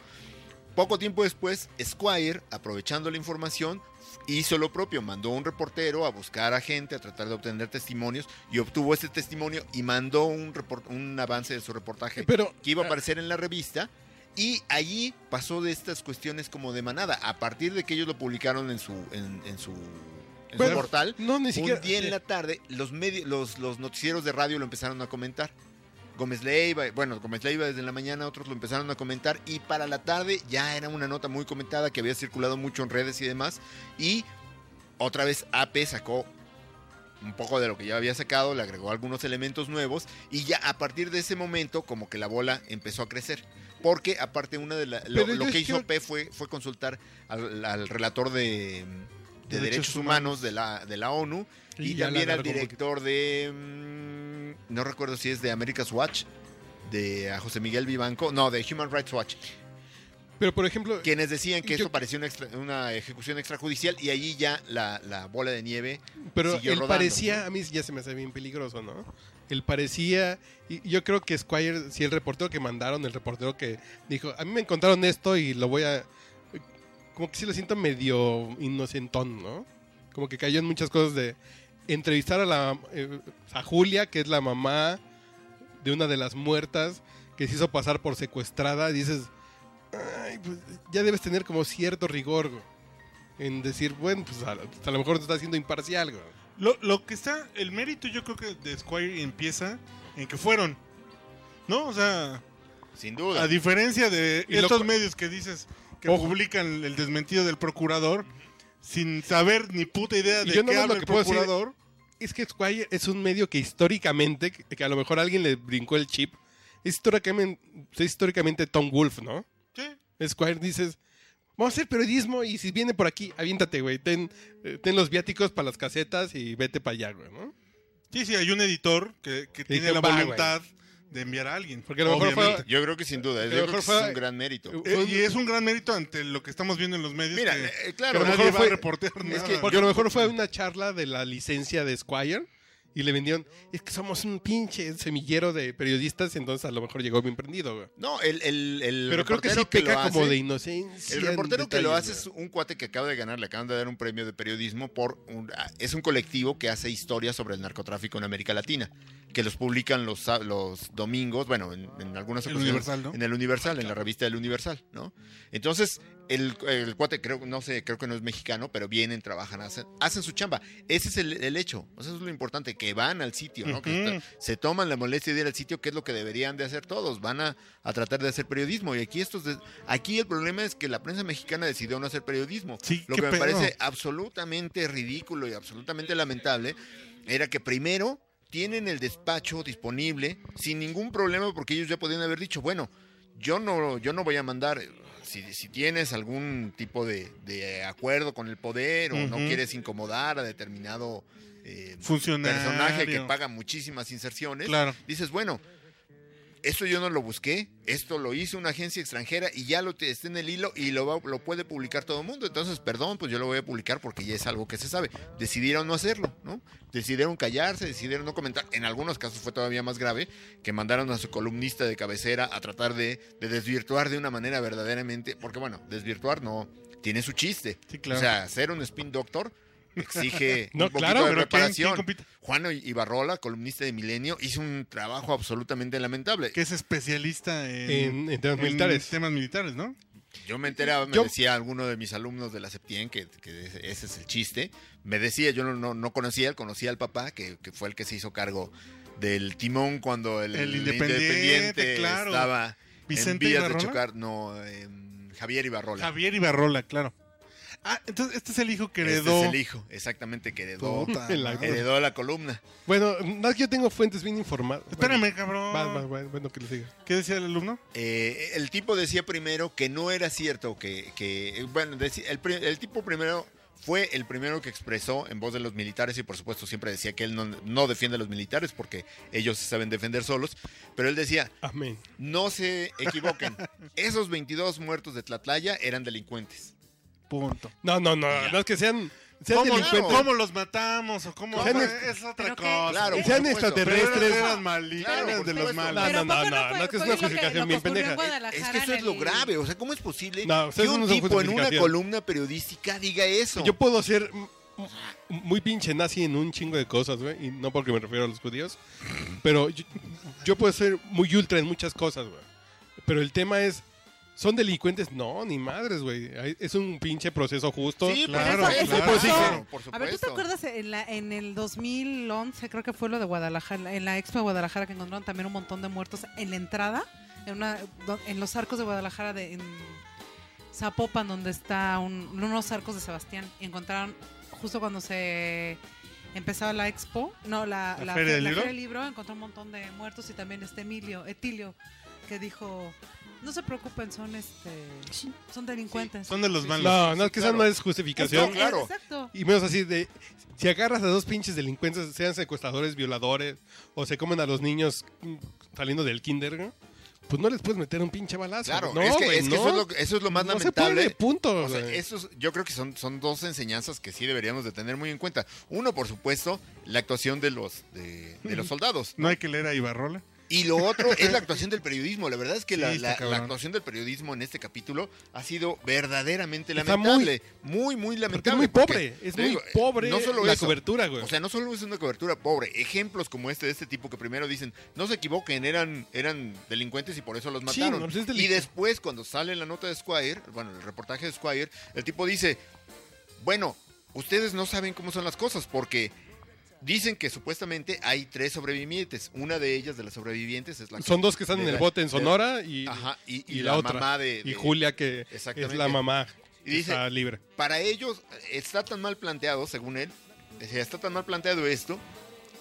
Speaker 4: Poco tiempo después, Squire, aprovechando la información, hizo lo propio, mandó un reportero a buscar a gente, a tratar de obtener testimonios y obtuvo ese testimonio y mandó un, report- un avance de su reportaje
Speaker 2: Pero ah.
Speaker 4: que iba a aparecer en la revista. Y allí pasó de estas cuestiones como de manada. A partir de que ellos lo publicaron en su, en, en su, en su
Speaker 2: Bueno,
Speaker 4: portal,
Speaker 2: no ni siquiera. eh,
Speaker 4: un día en la tarde, los, medi- los, los noticieros de radio lo empezaron a comentar. Gómez Leiva, bueno, Gómez Leiva desde la mañana, otros lo empezaron a comentar y para la tarde ya era una nota muy comentada que había circulado mucho en redes y demás. Y otra vez AP sacó un poco de lo que ya había sacado, le agregó algunos elementos nuevos y ya a partir de ese momento como que la bola empezó a crecer. Porque aparte una de la, lo,
Speaker 2: Pero
Speaker 4: lo
Speaker 2: yo
Speaker 4: que
Speaker 2: es que-
Speaker 4: hizo AP fue, fue consultar al, al relator de, de
Speaker 1: Derechos
Speaker 4: derechos, humanos, de, la, de la ONU y,
Speaker 2: ya la
Speaker 4: también al
Speaker 2: alargó un
Speaker 4: director de. mm, no recuerdo si es de America's Watch, de a José Miguel Vivanco, no, de Human Rights Watch,
Speaker 2: poquito. Pero por ejemplo,
Speaker 4: quienes decían que
Speaker 2: Yo-
Speaker 4: esto parecía una, extra- una ejecución extrajudicial y allí ya la, la bola de nieve.
Speaker 2: pero él
Speaker 4: siguió rodando,
Speaker 2: parecía,
Speaker 4: ¿no?
Speaker 2: a mí ya se me hace bien peligroso, ¿no? Él parecía, y yo creo que Squire, si el reportero que mandaron, el reportero que dijo, a mí me encontraron esto y lo voy a... Como que sí lo siento medio inocentón, ¿no? Como que cayó en muchas cosas de entrevistar a la eh, a Julia, que es la mamá de una de las muertas, que se hizo pasar por secuestrada, dices, "Ay, pues, ya debes tener como cierto rigor güey, en decir, bueno, pues a, a lo mejor no estás siendo imparcial. güey".
Speaker 1: Lo, lo que está, el mérito yo creo que de Squire empieza en que fueron. ¿No? O sea,
Speaker 4: Sin
Speaker 1: a
Speaker 4: duda.
Speaker 1: diferencia de
Speaker 2: Y lo
Speaker 1: estos
Speaker 2: cu-
Speaker 1: medios que dices que
Speaker 2: Ojo.
Speaker 1: publican el desmentido del procurador sin saber ni puta idea
Speaker 2: Y
Speaker 1: de
Speaker 2: yo
Speaker 1: qué
Speaker 2: nomás
Speaker 1: habla
Speaker 2: lo
Speaker 1: el
Speaker 2: que puedo decir-
Speaker 1: procurador.
Speaker 2: Es que Squire es un medio que históricamente, que que a lo mejor a alguien le brincó el chip, es históricamente, es históricamente Tom Wolf, ¿no?
Speaker 1: Sí.
Speaker 2: Squire dices, vamos a hacer periodismo y si viene por aquí, aviéntate, güey, ten, eh, ten los viáticos para las casetas y vete para allá, güey, ¿no?
Speaker 1: Sí, sí, hay un editor que, que tiene
Speaker 2: dije,
Speaker 1: la
Speaker 2: "Va, güey".
Speaker 1: voluntad de enviar a alguien.
Speaker 2: Porque a lo mejor fue-
Speaker 1: obviamente.
Speaker 4: Yo creo que sin duda.
Speaker 2: A lo
Speaker 4: Yo creo
Speaker 2: mejor
Speaker 4: que
Speaker 2: fue-
Speaker 4: es un gran mérito.
Speaker 1: Eh, y es un gran mérito ante lo que estamos viendo en los medios.
Speaker 4: Mira,
Speaker 1: que
Speaker 4: eh,
Speaker 1: pero
Speaker 4: claro.
Speaker 2: este, a lo
Speaker 1: nadie
Speaker 2: mejor
Speaker 1: va
Speaker 2: fue-
Speaker 1: a reportear
Speaker 4: es
Speaker 1: nada.
Speaker 4: que-
Speaker 2: Porque a lo mejor fue una charla de la licencia de Squire y le vendieron, es que somos un pinche semillero de periodistas, entonces a lo mejor llegó bien prendido, güey.
Speaker 4: No, el, el, el
Speaker 2: Pero creo que sí
Speaker 4: reportero lo
Speaker 2: peca como
Speaker 4: hace-
Speaker 2: de inocencia.
Speaker 4: El
Speaker 2: en
Speaker 4: reportero que lo
Speaker 2: detalles,
Speaker 4: hace es
Speaker 2: güey.
Speaker 4: un cuate que acaba de ganar, le acaban de dar un premio de periodismo por un, ah, es un colectivo que hace historias sobre el narcotráfico en América Latina, que los publican los, sá- los domingos, bueno, en, en algunas
Speaker 1: El
Speaker 4: ocasiones,
Speaker 1: Universal, ¿no?
Speaker 4: en el Universal, en la revista del Universal, ¿no? Entonces, el, el cuate creo, no sé, creo que no es mexicano, pero vienen, trabajan, hacen, hacen su chamba. Ese es el, el hecho, o sea, eso es lo importante, que van al sitio, ¿no? Que
Speaker 1: Ujú.
Speaker 4: está- se toman la molestia de ir al sitio, que es lo que deberían de hacer todos, van a, a tratar de hacer periodismo. Y aquí estos de- aquí el problema es que la prensa mexicana decidió no hacer periodismo.
Speaker 1: Sí,
Speaker 4: lo
Speaker 1: qué
Speaker 4: que me
Speaker 1: pedo.
Speaker 4: parece absolutamente ridículo y absolutamente lamentable era que primero tienen el despacho disponible sin ningún problema porque ellos ya podían haber dicho, bueno, yo no, yo no voy a mandar. eh, Si, si tienes algún tipo de, de acuerdo con el poder o no
Speaker 1: Ujú.
Speaker 4: quieres incomodar a determinado eh,
Speaker 1: Funcionario.
Speaker 4: personaje que paga muchísimas inserciones,
Speaker 1: Claro.
Speaker 4: dices, bueno, esto yo no lo busqué, esto lo hizo una agencia extranjera y ya lo te- está en el hilo y lo, va- lo puede publicar todo el mundo. Entonces, perdón, pues yo lo voy a publicar porque ya es algo que se sabe. Decidieron no hacerlo, ¿no? Decidieron callarse, decidieron no comentar. En algunos casos fue todavía más grave que mandaron a su columnista de cabecera a tratar de, de desvirtuar de una manera verdaderamente, porque bueno, desvirtuar no tiene su chiste.
Speaker 1: Sí, claro.
Speaker 4: O sea, ser un spin doctor exige
Speaker 2: No,
Speaker 4: un poquito
Speaker 2: claro,
Speaker 4: de
Speaker 1: Pero ¿quién, quién
Speaker 4: preparación.
Speaker 1: compite?
Speaker 4: Juan Ibarrola, columnista de Milenio, hizo un trabajo absolutamente lamentable.
Speaker 1: Que es especialista en,
Speaker 2: En, en temas militares.
Speaker 1: temas militares, ¿no?
Speaker 4: Yo me enteraba, me
Speaker 2: Yo-
Speaker 4: decía alguno de mis alumnos de la Septien, que, que ese ese es el chiste, me decía, yo no, no, no conocía, él, conocía al papá, que, que fue el que se hizo cargo del timón cuando el,
Speaker 1: El Independiente, claro.
Speaker 4: estaba en
Speaker 1: Vicente
Speaker 4: vías de
Speaker 1: Ibarrola.
Speaker 4: chocar. No, em, Javier Ibarrola.
Speaker 1: Javier Ibarrola, claro. Ah, entonces este es el hijo que
Speaker 4: Este
Speaker 1: heredó.
Speaker 4: es el hijo, exactamente, que heredó,
Speaker 1: Puta
Speaker 2: El
Speaker 1: madre.
Speaker 2: actor.
Speaker 4: heredó la columna.
Speaker 2: Bueno, no, yo tengo fuentes bien informadas.
Speaker 1: Espérame, cabrón.
Speaker 2: Bueno, va, va, va, bueno, que le siga.
Speaker 1: ¿Qué decía el alumno?
Speaker 4: Eh, el tipo decía primero que no era cierto, que, que bueno, decí- el, pri- el tipo primero fue el primero que expresó en voz de los militares y por supuesto siempre decía que él no, no defiende a los militares porque ellos se saben defender solos, pero él decía,
Speaker 2: Amén.
Speaker 4: no se equivoquen, esos 22 muertos de Tlatlaya eran delincuentes.
Speaker 1: Punto.
Speaker 2: No, no, no, no es que sean, sean
Speaker 1: ¿Cómo,
Speaker 2: delincuentes.
Speaker 1: cómo los matamos? ¿O cómo?
Speaker 4: Sean
Speaker 1: Es,
Speaker 2: ex-
Speaker 1: otra
Speaker 3: Pero que-
Speaker 1: cosa.
Speaker 4: Claro,
Speaker 2: que sean
Speaker 4: por supuesto.
Speaker 1: Pero
Speaker 2: extraterrestres.
Speaker 1: eran, eran mali-
Speaker 4: Claro,
Speaker 1: eran
Speaker 4: por
Speaker 1: de los
Speaker 4: supuesto.
Speaker 1: malos.
Speaker 2: No,
Speaker 3: Pero
Speaker 2: no,
Speaker 3: ¿a poco
Speaker 2: no, no,
Speaker 3: fue-
Speaker 2: es que es
Speaker 3: fue
Speaker 2: una
Speaker 3: lo
Speaker 2: justificación
Speaker 3: lo
Speaker 2: bien
Speaker 3: ocurrió en
Speaker 2: pendeja.
Speaker 3: Guadalajara
Speaker 4: Es que eso
Speaker 3: en
Speaker 4: es lo
Speaker 3: el-
Speaker 4: grave, o sea, ¿cómo es posible
Speaker 2: No,
Speaker 4: que
Speaker 2: ustedes
Speaker 4: un
Speaker 2: no son
Speaker 4: tipo en una
Speaker 2: justificación.
Speaker 4: columna periodística diga eso?
Speaker 2: Yo puedo ser m- m- muy pinche nazi en un chingo de cosas, güey, y no porque me refiero a los judíos, pero yo, yo puedo ser muy ultra en muchas cosas, güey. Pero el tema es, ¿son delincuentes? No, ni madres, güey. Hay- Es un pinche proceso justo.
Speaker 4: Sí,
Speaker 1: Claro,
Speaker 4: por supuesto,
Speaker 1: claro,
Speaker 2: pues
Speaker 4: por supuesto.
Speaker 1: claro,
Speaker 4: por
Speaker 3: A ver, ¿tú te
Speaker 4: supuesto.
Speaker 3: acuerdas en, la- en el 2011, creo que fue lo de Guadalajara, en la Expo de Guadalajara que encontraron también un montón de muertos en la entrada, en, una, do- en los arcos de Guadalajara, de, en Zapopan, donde está un- unos arcos de Sebastián, y encontraron justo cuando se empezaba la Expo, no, la,
Speaker 1: ¿La Feria del
Speaker 3: la
Speaker 1: Libro?
Speaker 3: Libro, encontró un montón de muertos y también este Emilio, Etilio, que dijo, no se preocupen, son este, son delincuentes.
Speaker 1: Son de los malos.
Speaker 2: No, no, es que esa
Speaker 4: claro.
Speaker 2: no es
Speaker 3: Es que-
Speaker 2: justificación.
Speaker 4: claro.
Speaker 3: Exacto.
Speaker 2: Y menos así de, si agarras a dos pinches delincuentes, sean secuestradores, violadores, o se comen a los niños mm, saliendo del kinder, ¿no? pues no les puedes meter un pinche balazo.
Speaker 4: Claro,
Speaker 2: no,
Speaker 4: es que,
Speaker 2: güey,
Speaker 4: es
Speaker 2: no.
Speaker 4: que eso, es lo, eso es lo más
Speaker 2: No se
Speaker 4: lamentable.
Speaker 2: puede, punto.
Speaker 4: O sea,
Speaker 2: güey.
Speaker 4: esos- yo creo que son, son dos enseñanzas que sí deberíamos de tener muy en cuenta. Uno, por supuesto, la actuación de los, de, de los soldados.
Speaker 1: No hay que leer a Ibarrola.
Speaker 4: Y lo otro es la actuación del periodismo. La verdad es que la,
Speaker 1: Sí, está
Speaker 4: la- la
Speaker 1: cabrón.
Speaker 4: actuación del periodismo en este capítulo ha sido verdaderamente
Speaker 2: Está
Speaker 4: lamentable. muy, muy,
Speaker 2: Porque es
Speaker 4: lamentable.
Speaker 2: muy pobre,
Speaker 4: porque,
Speaker 2: es
Speaker 4: te
Speaker 2: muy
Speaker 4: digo, eh,
Speaker 2: pobre
Speaker 4: no solo
Speaker 2: la
Speaker 4: eso,
Speaker 2: cobertura, güey.
Speaker 4: O sea, no solo es una cobertura pobre, ejemplos como este de este tipo que primero dicen, no se equivoquen, eran, eran delincuentes y por eso los
Speaker 2: Sí,
Speaker 4: mataron.
Speaker 2: no, pues es delincu-
Speaker 4: y después, cuando sale la nota de Squire, bueno, el reportaje de Squire, el tipo dice, bueno, ustedes no saben cómo son las cosas porque... Dicen que supuestamente hay tres sobrevivientes. Una de ellas, de las sobrevivientes, es la que-
Speaker 2: Son dos que están
Speaker 4: de
Speaker 2: en el
Speaker 4: la-
Speaker 2: bote en
Speaker 4: de-
Speaker 2: Sonora y,
Speaker 4: Ajá, y,
Speaker 2: y
Speaker 4: y
Speaker 2: la,
Speaker 4: la,
Speaker 2: otra.
Speaker 4: mamá de,
Speaker 2: y
Speaker 4: de-
Speaker 2: Julia, que es
Speaker 4: Exactamente.
Speaker 2: la mamá.
Speaker 4: Y dice-
Speaker 2: está libre.
Speaker 4: Para ellos eh, está tan mal planteado, según él, decía, está tan mal planteado esto,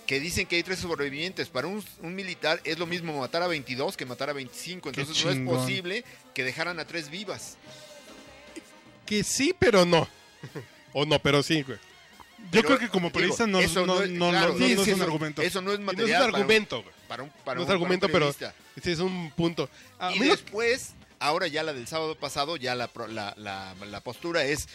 Speaker 4: que dicen que hay tres sobrevivientes. Para un, un militar es lo mismo matar a 22 que matar a 25.
Speaker 1: Qué
Speaker 4: Entonces no es
Speaker 1: chingón.
Speaker 4: posible que dejaran a tres vivas.
Speaker 2: Que sí, pero no. o no, pero sí, güey.
Speaker 1: Yo
Speaker 4: Pero,
Speaker 1: creo que como
Speaker 4: digo,
Speaker 1: periodista no,
Speaker 4: eso
Speaker 1: no, no,
Speaker 4: es-
Speaker 1: no-
Speaker 4: claro,
Speaker 1: no- no
Speaker 2: sí,
Speaker 1: es
Speaker 2: sí,
Speaker 1: un
Speaker 4: eso-
Speaker 1: argumento.
Speaker 4: Eso no es
Speaker 2: Y No es
Speaker 4: material.
Speaker 2: un argumento, güey.
Speaker 4: Para un, para
Speaker 2: No
Speaker 4: un-
Speaker 2: es
Speaker 4: para un
Speaker 2: argumento, pero
Speaker 4: periodista.
Speaker 2: sí es un punto. A
Speaker 4: y
Speaker 2: mí lo-
Speaker 4: después, ahora ya la del sábado pasado, ya la, pro- la, la- la postura es,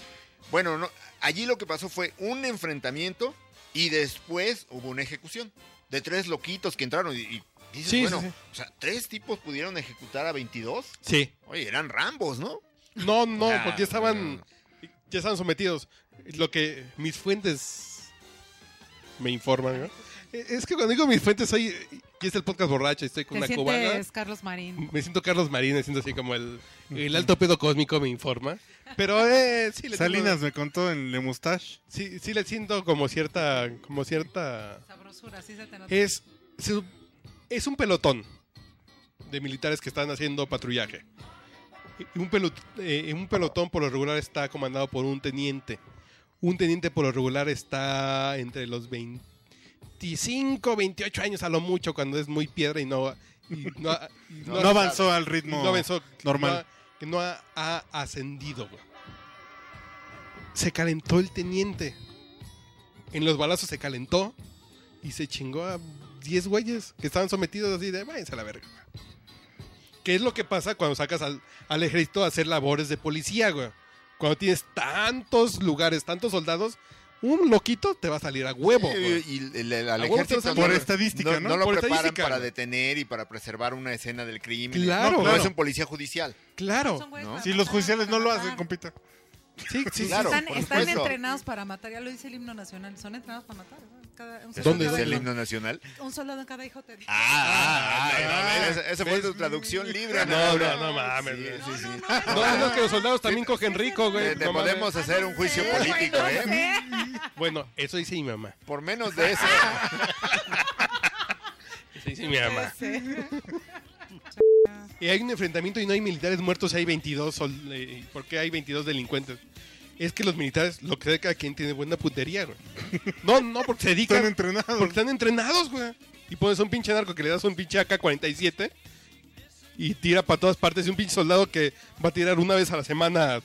Speaker 4: bueno, no, allí lo que pasó fue un enfrentamiento y después hubo una ejecución de tres loquitos que entraron y, y dices,
Speaker 2: Sí, sí,
Speaker 4: bueno,
Speaker 2: sí.
Speaker 4: o sea, tres tipos pudieron ejecutar a 22.
Speaker 2: Sí.
Speaker 4: Oye, eran Rambos, ¿no?
Speaker 2: No, no,
Speaker 4: Ah,
Speaker 2: porque estaban,
Speaker 4: no.
Speaker 2: ya estaban sometidos. Lo que mis fuentes me informan, ¿no? Eh, Es que cuando digo mis fuentes, soy, y es el podcast borracho, y estoy con
Speaker 3: Te
Speaker 2: una
Speaker 3: sientes
Speaker 2: cubana.
Speaker 3: Carlos Marín.
Speaker 2: Me siento Carlos Marín, me siento así como el, el alto pedo cósmico me informa. Pero eh, sí, le
Speaker 1: Salinas
Speaker 2: tengo-
Speaker 1: me contó en Le Mustache.
Speaker 2: sí, sí le siento como cierta, como cierta
Speaker 3: Sabrosura, sí se te nota.
Speaker 4: Eh,
Speaker 2: es, se sup- es un pelotón de militares que están haciendo patrullaje. Y Un, pelo- eh, un pelotón por lo regular está comandado por un teniente. Un teniente por lo regular está entre los 25, 28 años a lo mucho cuando es muy piedra y no, y no, y
Speaker 1: No,
Speaker 2: no-
Speaker 1: avanzó al
Speaker 2: y
Speaker 1: ritmo.
Speaker 2: no avanzó, que
Speaker 1: normal.
Speaker 2: no ha- Que no ha, ha ascendido. güey. Se calentó el teniente. En los balazos se calentó y se chingó a 10 güeyes que estaban sometidos así de váyanse a la verga. güey". ¿Qué es lo que pasa cuando sacas al, al ejército a hacer labores de policía, güey? Cuando tienes tantos lugares, tantos soldados, un loquito te va a salir a huevo. güey.
Speaker 4: Y, y el, el- al
Speaker 2: pues. A huevo
Speaker 4: ejército
Speaker 2: te vas a-
Speaker 1: Por estadística, ¿no?
Speaker 4: No, lo
Speaker 2: Por
Speaker 4: preparan
Speaker 2: estadística,
Speaker 4: para
Speaker 2: ¿no?
Speaker 4: detener y para preservar una escena del crimen.
Speaker 2: Claro,
Speaker 4: no,
Speaker 2: claro.
Speaker 4: es un policía judicial.
Speaker 2: Claro,
Speaker 3: Son güeyes
Speaker 4: ¿no?
Speaker 3: para
Speaker 1: Si los
Speaker 3: matar,
Speaker 1: judiciales no
Speaker 3: para
Speaker 1: lo
Speaker 3: matar.
Speaker 1: hacen, compita.
Speaker 2: sí, sí, sí.
Speaker 4: Claro,
Speaker 3: están
Speaker 4: por
Speaker 3: están
Speaker 4: supuesto.
Speaker 3: entrenados para matar, ya lo dice el himno nacional. Son entrenados para matar. ¿no? Cada- un,
Speaker 4: ¿Eso
Speaker 2: ¿Dónde?
Speaker 4: es
Speaker 3: soldado
Speaker 4: el
Speaker 2: ¿Dónde?
Speaker 3: en-
Speaker 4: himno nacional?
Speaker 3: un soldado en cada hijo te dice.
Speaker 4: Ah, ah,
Speaker 2: Ah,
Speaker 4: ah, esa, esa fue tu traducción libre.
Speaker 2: No, no, no mames.
Speaker 4: Sí,
Speaker 2: güey.
Speaker 4: sí, sí.
Speaker 2: No, no, que los soldados también cogen rico, güey.
Speaker 4: Te, te
Speaker 2: no mames.
Speaker 4: podemos hacer un juicio
Speaker 3: Bueno,
Speaker 4: político,
Speaker 3: no
Speaker 4: ¿eh?
Speaker 3: sé.
Speaker 2: Bueno, eso dice mi mamá.
Speaker 4: Por menos de eso.
Speaker 2: Eso dice mi mamá. Y hay un enfrentamiento y no hay militares muertos, hay 22, sol- eh, porque hay 22 delincuentes. es que los militares, lo que sea, cada quien tiene buena puntería, güey. No, no, porque se dedican.
Speaker 1: Están entrenados.
Speaker 2: Porque están entrenados, güey. Y pones a un pinche narco que le das un pinche AK-47 y tira para todas partes. Y un pinche soldado que va a tirar una vez a la semana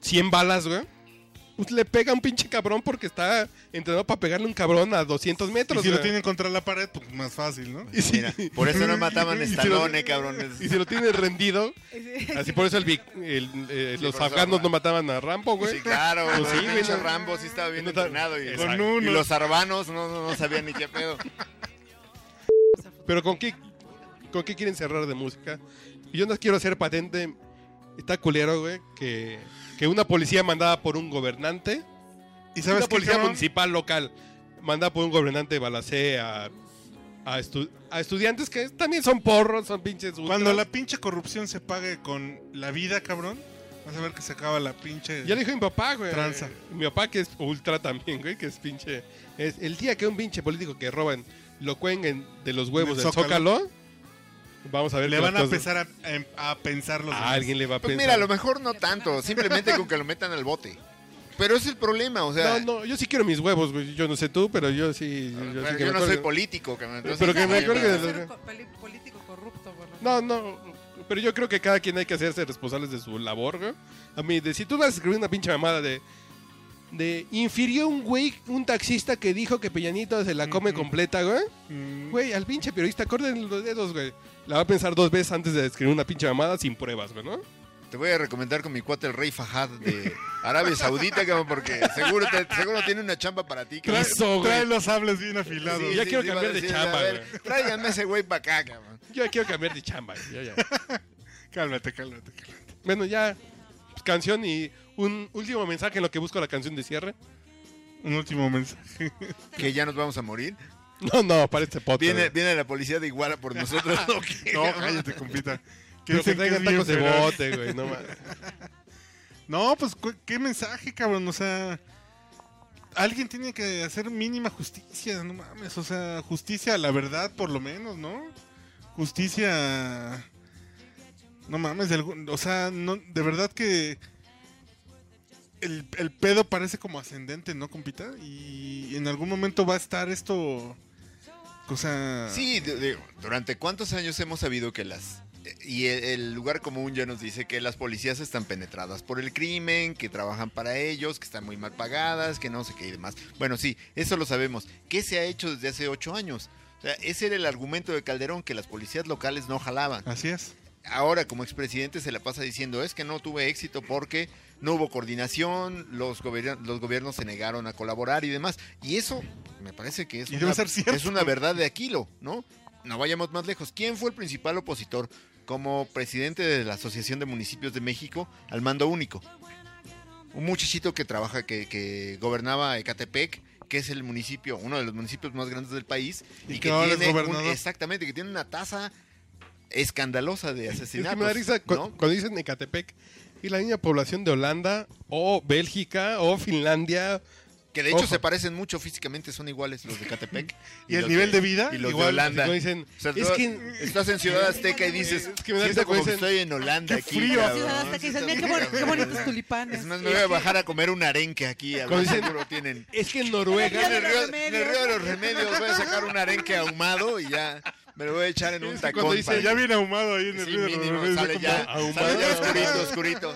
Speaker 2: 100 balas, güey. Pues le pega a un pinche cabrón porque está entrenado para pegarle a un cabrón a 200
Speaker 1: Y
Speaker 2: metros,
Speaker 1: si lo
Speaker 2: güey.
Speaker 1: tienen contra la pared, pues más fácil, ¿no?
Speaker 2: Y si-
Speaker 4: Mira, por eso no mataban a
Speaker 2: Y si lo-
Speaker 4: Stallone, cabrones.
Speaker 2: y si lo tienen rendido, así por eso el, vic- el, eh,
Speaker 4: Sí,
Speaker 2: los
Speaker 4: por eso,
Speaker 2: afganos
Speaker 4: güey.
Speaker 2: no mataban a Rambo, güey.
Speaker 4: Sí, claro,
Speaker 2: Pues
Speaker 4: güey,
Speaker 2: sí,
Speaker 4: el
Speaker 2: güey,
Speaker 4: pinche
Speaker 2: no.
Speaker 4: Rambo sí estaba bien
Speaker 2: No está-
Speaker 4: entrenado y,
Speaker 1: Con
Speaker 2: Exacto.
Speaker 4: y
Speaker 1: uno.
Speaker 4: los arbanos no, no, no sabían ni qué pedo.
Speaker 2: Pero ¿con qué, ¿con qué quieren cerrar de música? Y Yo no quiero hacer patente. Está culero, güey, que, que una policía mandada por un gobernante,
Speaker 1: ¿Y sabes
Speaker 2: una
Speaker 1: qué,
Speaker 2: policía
Speaker 1: cabrón?
Speaker 2: municipal local, mandada por un gobernante balacé a, a, estu- a estudiantes que también son porros, son pinches...
Speaker 1: Cuando
Speaker 2: ultras.
Speaker 1: la pinche corrupción se pague con la vida, cabrón, vas a ver que se acaba la pinche...
Speaker 2: Ya le dijo mi papá, güey.
Speaker 1: Tranza.
Speaker 2: Mi papá que es ultra también, güey, que es pinche... Es, el día que un pinche político que roban lo cuelguen de los huevos
Speaker 1: Del
Speaker 2: del zócalo, vamos a ver...
Speaker 1: Le
Speaker 2: qué
Speaker 1: van a
Speaker 2: las cosas-
Speaker 1: empezar a, a pensar los
Speaker 2: A
Speaker 1: demás.
Speaker 2: Ah, alguien le va a
Speaker 4: Pues
Speaker 2: pensar.
Speaker 4: mira, a lo mejor no tanto, simplemente con que lo metan al bote. Pero es el problema, o sea,
Speaker 2: No, no, yo sí quiero mis huevos, güey. Yo no sé tú, pero yo sí. Yo, yo
Speaker 4: pero
Speaker 2: sí que
Speaker 4: yo
Speaker 2: me
Speaker 4: no
Speaker 2: acuerdo.
Speaker 4: soy político, cabrón. entonces-
Speaker 2: Pero que me acuerdo que-
Speaker 3: Ser co- peli- político corrupto, por lo
Speaker 2: No, no. Pero yo creo que cada quien hay que hacerse responsables de su labor, güey. A mí, de, si tú vas a escribir una pinche mamada de. De infirió un güey, un taxista que dijo que Peñanito se la come
Speaker 1: Ujú.
Speaker 2: completa, güey.
Speaker 1: Mm,
Speaker 2: Güey, al pinche periodista, corten los dedos, güey. La va a pensar dos veces antes de escribir una pinche mamada sin pruebas, güey, ¿no?
Speaker 4: Te voy a recomendar con mi cuate el rey Fajad de Arabia Saudita, cabrón, porque seguro, te- seguro tiene una chamba para ti.
Speaker 1: Trae,
Speaker 4: cabrón.
Speaker 2: Eso, güey.
Speaker 1: trae los sables bien afilados.
Speaker 2: Sí, ya quiero
Speaker 4: iba a
Speaker 2: cambiar de
Speaker 4: decir,
Speaker 2: chamba,
Speaker 4: a ver,
Speaker 2: güey.
Speaker 4: Tráiganme ese güey para acá, cabrón.
Speaker 2: Yo ya quiero cambiar de chamba, güey, yo ya.
Speaker 1: Cálmate, cálmate, cálmate.
Speaker 2: Bueno, ya. pues, canción y un último mensaje en lo que busco la canción de cierre.
Speaker 1: Un último mensaje.
Speaker 4: Que ya nos vamos a morir.
Speaker 2: No, no, para este podcast.
Speaker 4: Viene,
Speaker 2: güey.
Speaker 4: viene la policía de Iguala por nosotros. ¿o qué,
Speaker 1: No,
Speaker 4: cabrón?
Speaker 1: cállate, compita. Que
Speaker 2: Pero que
Speaker 1: dicen que
Speaker 2: traigan
Speaker 1: es bien
Speaker 2: tacos de
Speaker 1: feroz.
Speaker 2: bote, güey. No mames.
Speaker 1: No, pues cu- qué mensaje, cabrón. O sea, alguien tiene que hacer mínima justicia, no mames. O sea, justicia a la verdad, por lo menos, ¿no? Justicia. No mames, de algún- o sea, no, de verdad que. El, el pedo parece como ascendente, ¿no, compita? Y en algún momento va a estar esto. O sea.
Speaker 4: Sí, d- digo, durante cuántos años hemos sabido que las... eh, Y el, el lugar común ya nos dice que las policías están penetradas por el crimen, que trabajan para ellos, que están muy mal pagadas, que no sé qué y demás. Bueno, sí, eso lo sabemos. ¿Qué se ha hecho desde hace ocho años? O sea, ese era el argumento de Calderón, que las policías locales no jalaban.
Speaker 1: Así es.
Speaker 4: Ahora, como expresidente, se la pasa diciendo, es que no tuve éxito porque no hubo coordinación, los, gobier- los gobiernos se negaron a colaborar y demás. Y eso me parece que es,
Speaker 1: Y debe
Speaker 4: una,
Speaker 1: ser cierto.
Speaker 4: es una verdad de Aquilo, ¿no? No vayamos más lejos. ¿Quién fue el principal opositor como presidente de la Asociación de Municipios de México al mando único? Un muchachito que trabaja, que, que gobernaba Ecatepec, que es el municipio, uno de los municipios más grandes del país,
Speaker 1: Y
Speaker 4: y,
Speaker 1: que
Speaker 4: que,
Speaker 1: ahora es
Speaker 4: tiene un-
Speaker 1: gobernador.
Speaker 4: exactamente, que tiene una tasa escandalosa de
Speaker 2: Es
Speaker 4: asesinatos.
Speaker 2: que me da risa cu-
Speaker 4: ¿no?
Speaker 2: cuando dicen Ecatepec y la niña población de Holanda o Bélgica o Finlandia.
Speaker 4: Que de hecho
Speaker 2: Ojo.
Speaker 4: se parecen mucho físicamente, son iguales los de Catepec.
Speaker 1: ¿Y el
Speaker 4: los
Speaker 1: nivel de vida?
Speaker 4: Y los
Speaker 1: Igual,
Speaker 4: de Holanda.
Speaker 2: así como dicen,
Speaker 4: O sea,
Speaker 2: es
Speaker 4: tú
Speaker 2: que-
Speaker 4: estás en Ciudad Azteca y dices,
Speaker 2: Es que me da risa
Speaker 4: siento como
Speaker 2: cuando
Speaker 4: que
Speaker 2: dicen,
Speaker 4: estoy en Holanda
Speaker 1: qué
Speaker 4: aquí.
Speaker 1: frío.
Speaker 4: cabrón".
Speaker 3: Ciudad Azteca y dicen, mira qué bon- qué bonitos tulipanes.
Speaker 4: Es más, me voy a bajar a comer un arenque aquí, a
Speaker 2: Como
Speaker 4: ver
Speaker 2: dicen-
Speaker 4: seguro tienen.
Speaker 2: Es que en
Speaker 4: Aquí en
Speaker 2: Noruega.
Speaker 4: el, río, en el
Speaker 3: Remedios.
Speaker 4: río de los remedios voy a sacar un arenque ahumado y ya me lo voy a echar en un
Speaker 2: Es que
Speaker 4: tacón.
Speaker 2: cuando dice,
Speaker 4: para-
Speaker 1: Ya viene ahumado ahí en el
Speaker 4: Sí,
Speaker 1: río de los
Speaker 4: mínimo,
Speaker 1: Remedios,
Speaker 4: sale
Speaker 1: como-
Speaker 4: ya,
Speaker 2: ahumado.
Speaker 4: sale ya oscurito, oscurito.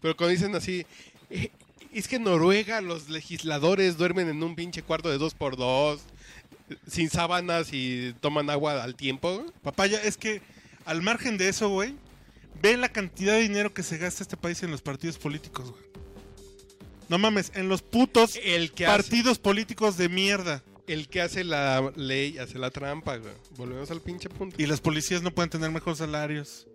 Speaker 2: Pero cuando dicen así. "Eh, Es que en Noruega los legisladores duermen en un pinche cuarto de dos por dos, sin sábanas y toman agua al tiempo.
Speaker 1: Papaya, es que al margen de eso, güey, ve la cantidad de dinero que se gasta este país en los partidos políticos, güey. No mames, en los putos
Speaker 2: El que hace-
Speaker 1: partidos políticos de mierda.
Speaker 2: El que hace la ley hace la trampa, güey. Volvemos al pinche punto.
Speaker 1: Y las policías no pueden tener mejores salarios,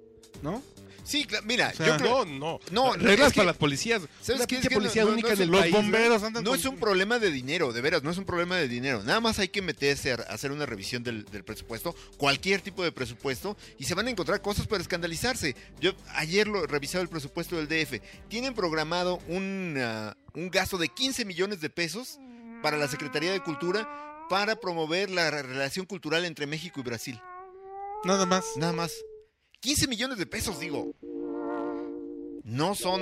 Speaker 1: ¿no?
Speaker 4: Sí, cla- mira,
Speaker 1: sea,
Speaker 4: yo creo
Speaker 2: no, no.
Speaker 4: No,
Speaker 2: reglas
Speaker 4: es que-
Speaker 2: para las policías.
Speaker 4: ¿Sabes
Speaker 2: Una
Speaker 4: qué? Es
Speaker 2: pinche
Speaker 4: que no-
Speaker 2: policía
Speaker 4: no- no
Speaker 2: única
Speaker 4: es
Speaker 2: en el
Speaker 4: un-
Speaker 1: Los
Speaker 2: país.
Speaker 1: bomberos andan
Speaker 4: No
Speaker 1: con-
Speaker 4: es un problema de dinero, de veras, no es un problema de dinero. Nada más hay que meterse a hacer una revisión del, del presupuesto, cualquier tipo de presupuesto, y se van a encontrar cosas para escandalizarse. Yo ayer lo revisaba el presupuesto del DF. Tienen programado un, ah, un gasto de 15 millones de pesos para la Secretaría de Cultura para promover la re- relación cultural entre México y Brasil.
Speaker 1: Nada más.
Speaker 4: Nada más. 15 millones de pesos, digo. No son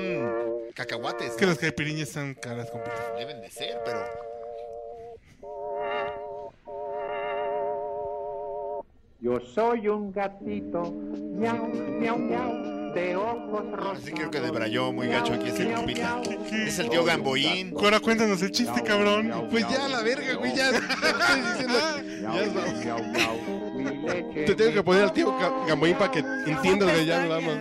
Speaker 4: Cacahuates.
Speaker 1: Es que
Speaker 4: ¿no?
Speaker 1: las caipiriñas están caras, compita.
Speaker 4: Deben de ser, pero.
Speaker 7: Yo soy un gatito, miau, miau, miau, de ojos rosados.
Speaker 4: Así creo que debrayó muy gacho aquí ese
Speaker 7: miau,
Speaker 4: compita.
Speaker 7: miau.
Speaker 4: Es el tío Gamboín.
Speaker 1: Ahora cuéntanos el chiste, cabrón.
Speaker 2: Pues ya, la verga, güey, ya. Estoy diciendo. ya está.
Speaker 7: Mi leche,
Speaker 2: Te tengo
Speaker 7: mi
Speaker 2: que poner al tío Ga- Gamboín para que entiendas que ya nos vamos.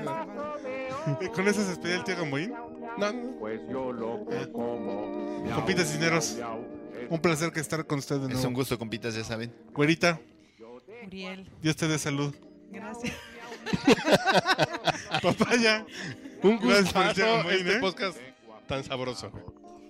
Speaker 1: ¿Con eso se despedía el tío Gamboín?
Speaker 2: No, no.
Speaker 7: Pues yo lo que como. miau,
Speaker 1: Compita Cisneros.
Speaker 7: miau, es
Speaker 1: Un placer que estar con usted de
Speaker 4: Es un
Speaker 1: nuevo.
Speaker 4: gusto, compitas, ya saben.
Speaker 1: Güerita,
Speaker 3: Uriel,
Speaker 1: Dios te dé salud.
Speaker 3: gracias.
Speaker 1: Papaya.
Speaker 2: Un
Speaker 1: Gracias por el tío
Speaker 2: gustazo
Speaker 1: Gamboín,
Speaker 2: este
Speaker 1: ¿eh?
Speaker 2: podcast tan sabroso.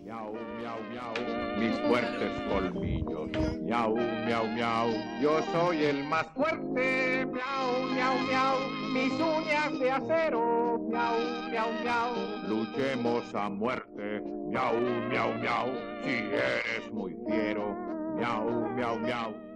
Speaker 7: Miau, miau, miau, mis fuertes colmillos. Miau, miau, miau, yo soy el más fuerte. Miau, miau, miau, mis uñas de acero. Miau, miau, miau, luchemos a muerte. Miau, miau, miau, si eres muy fiero. Miau, miau, miau.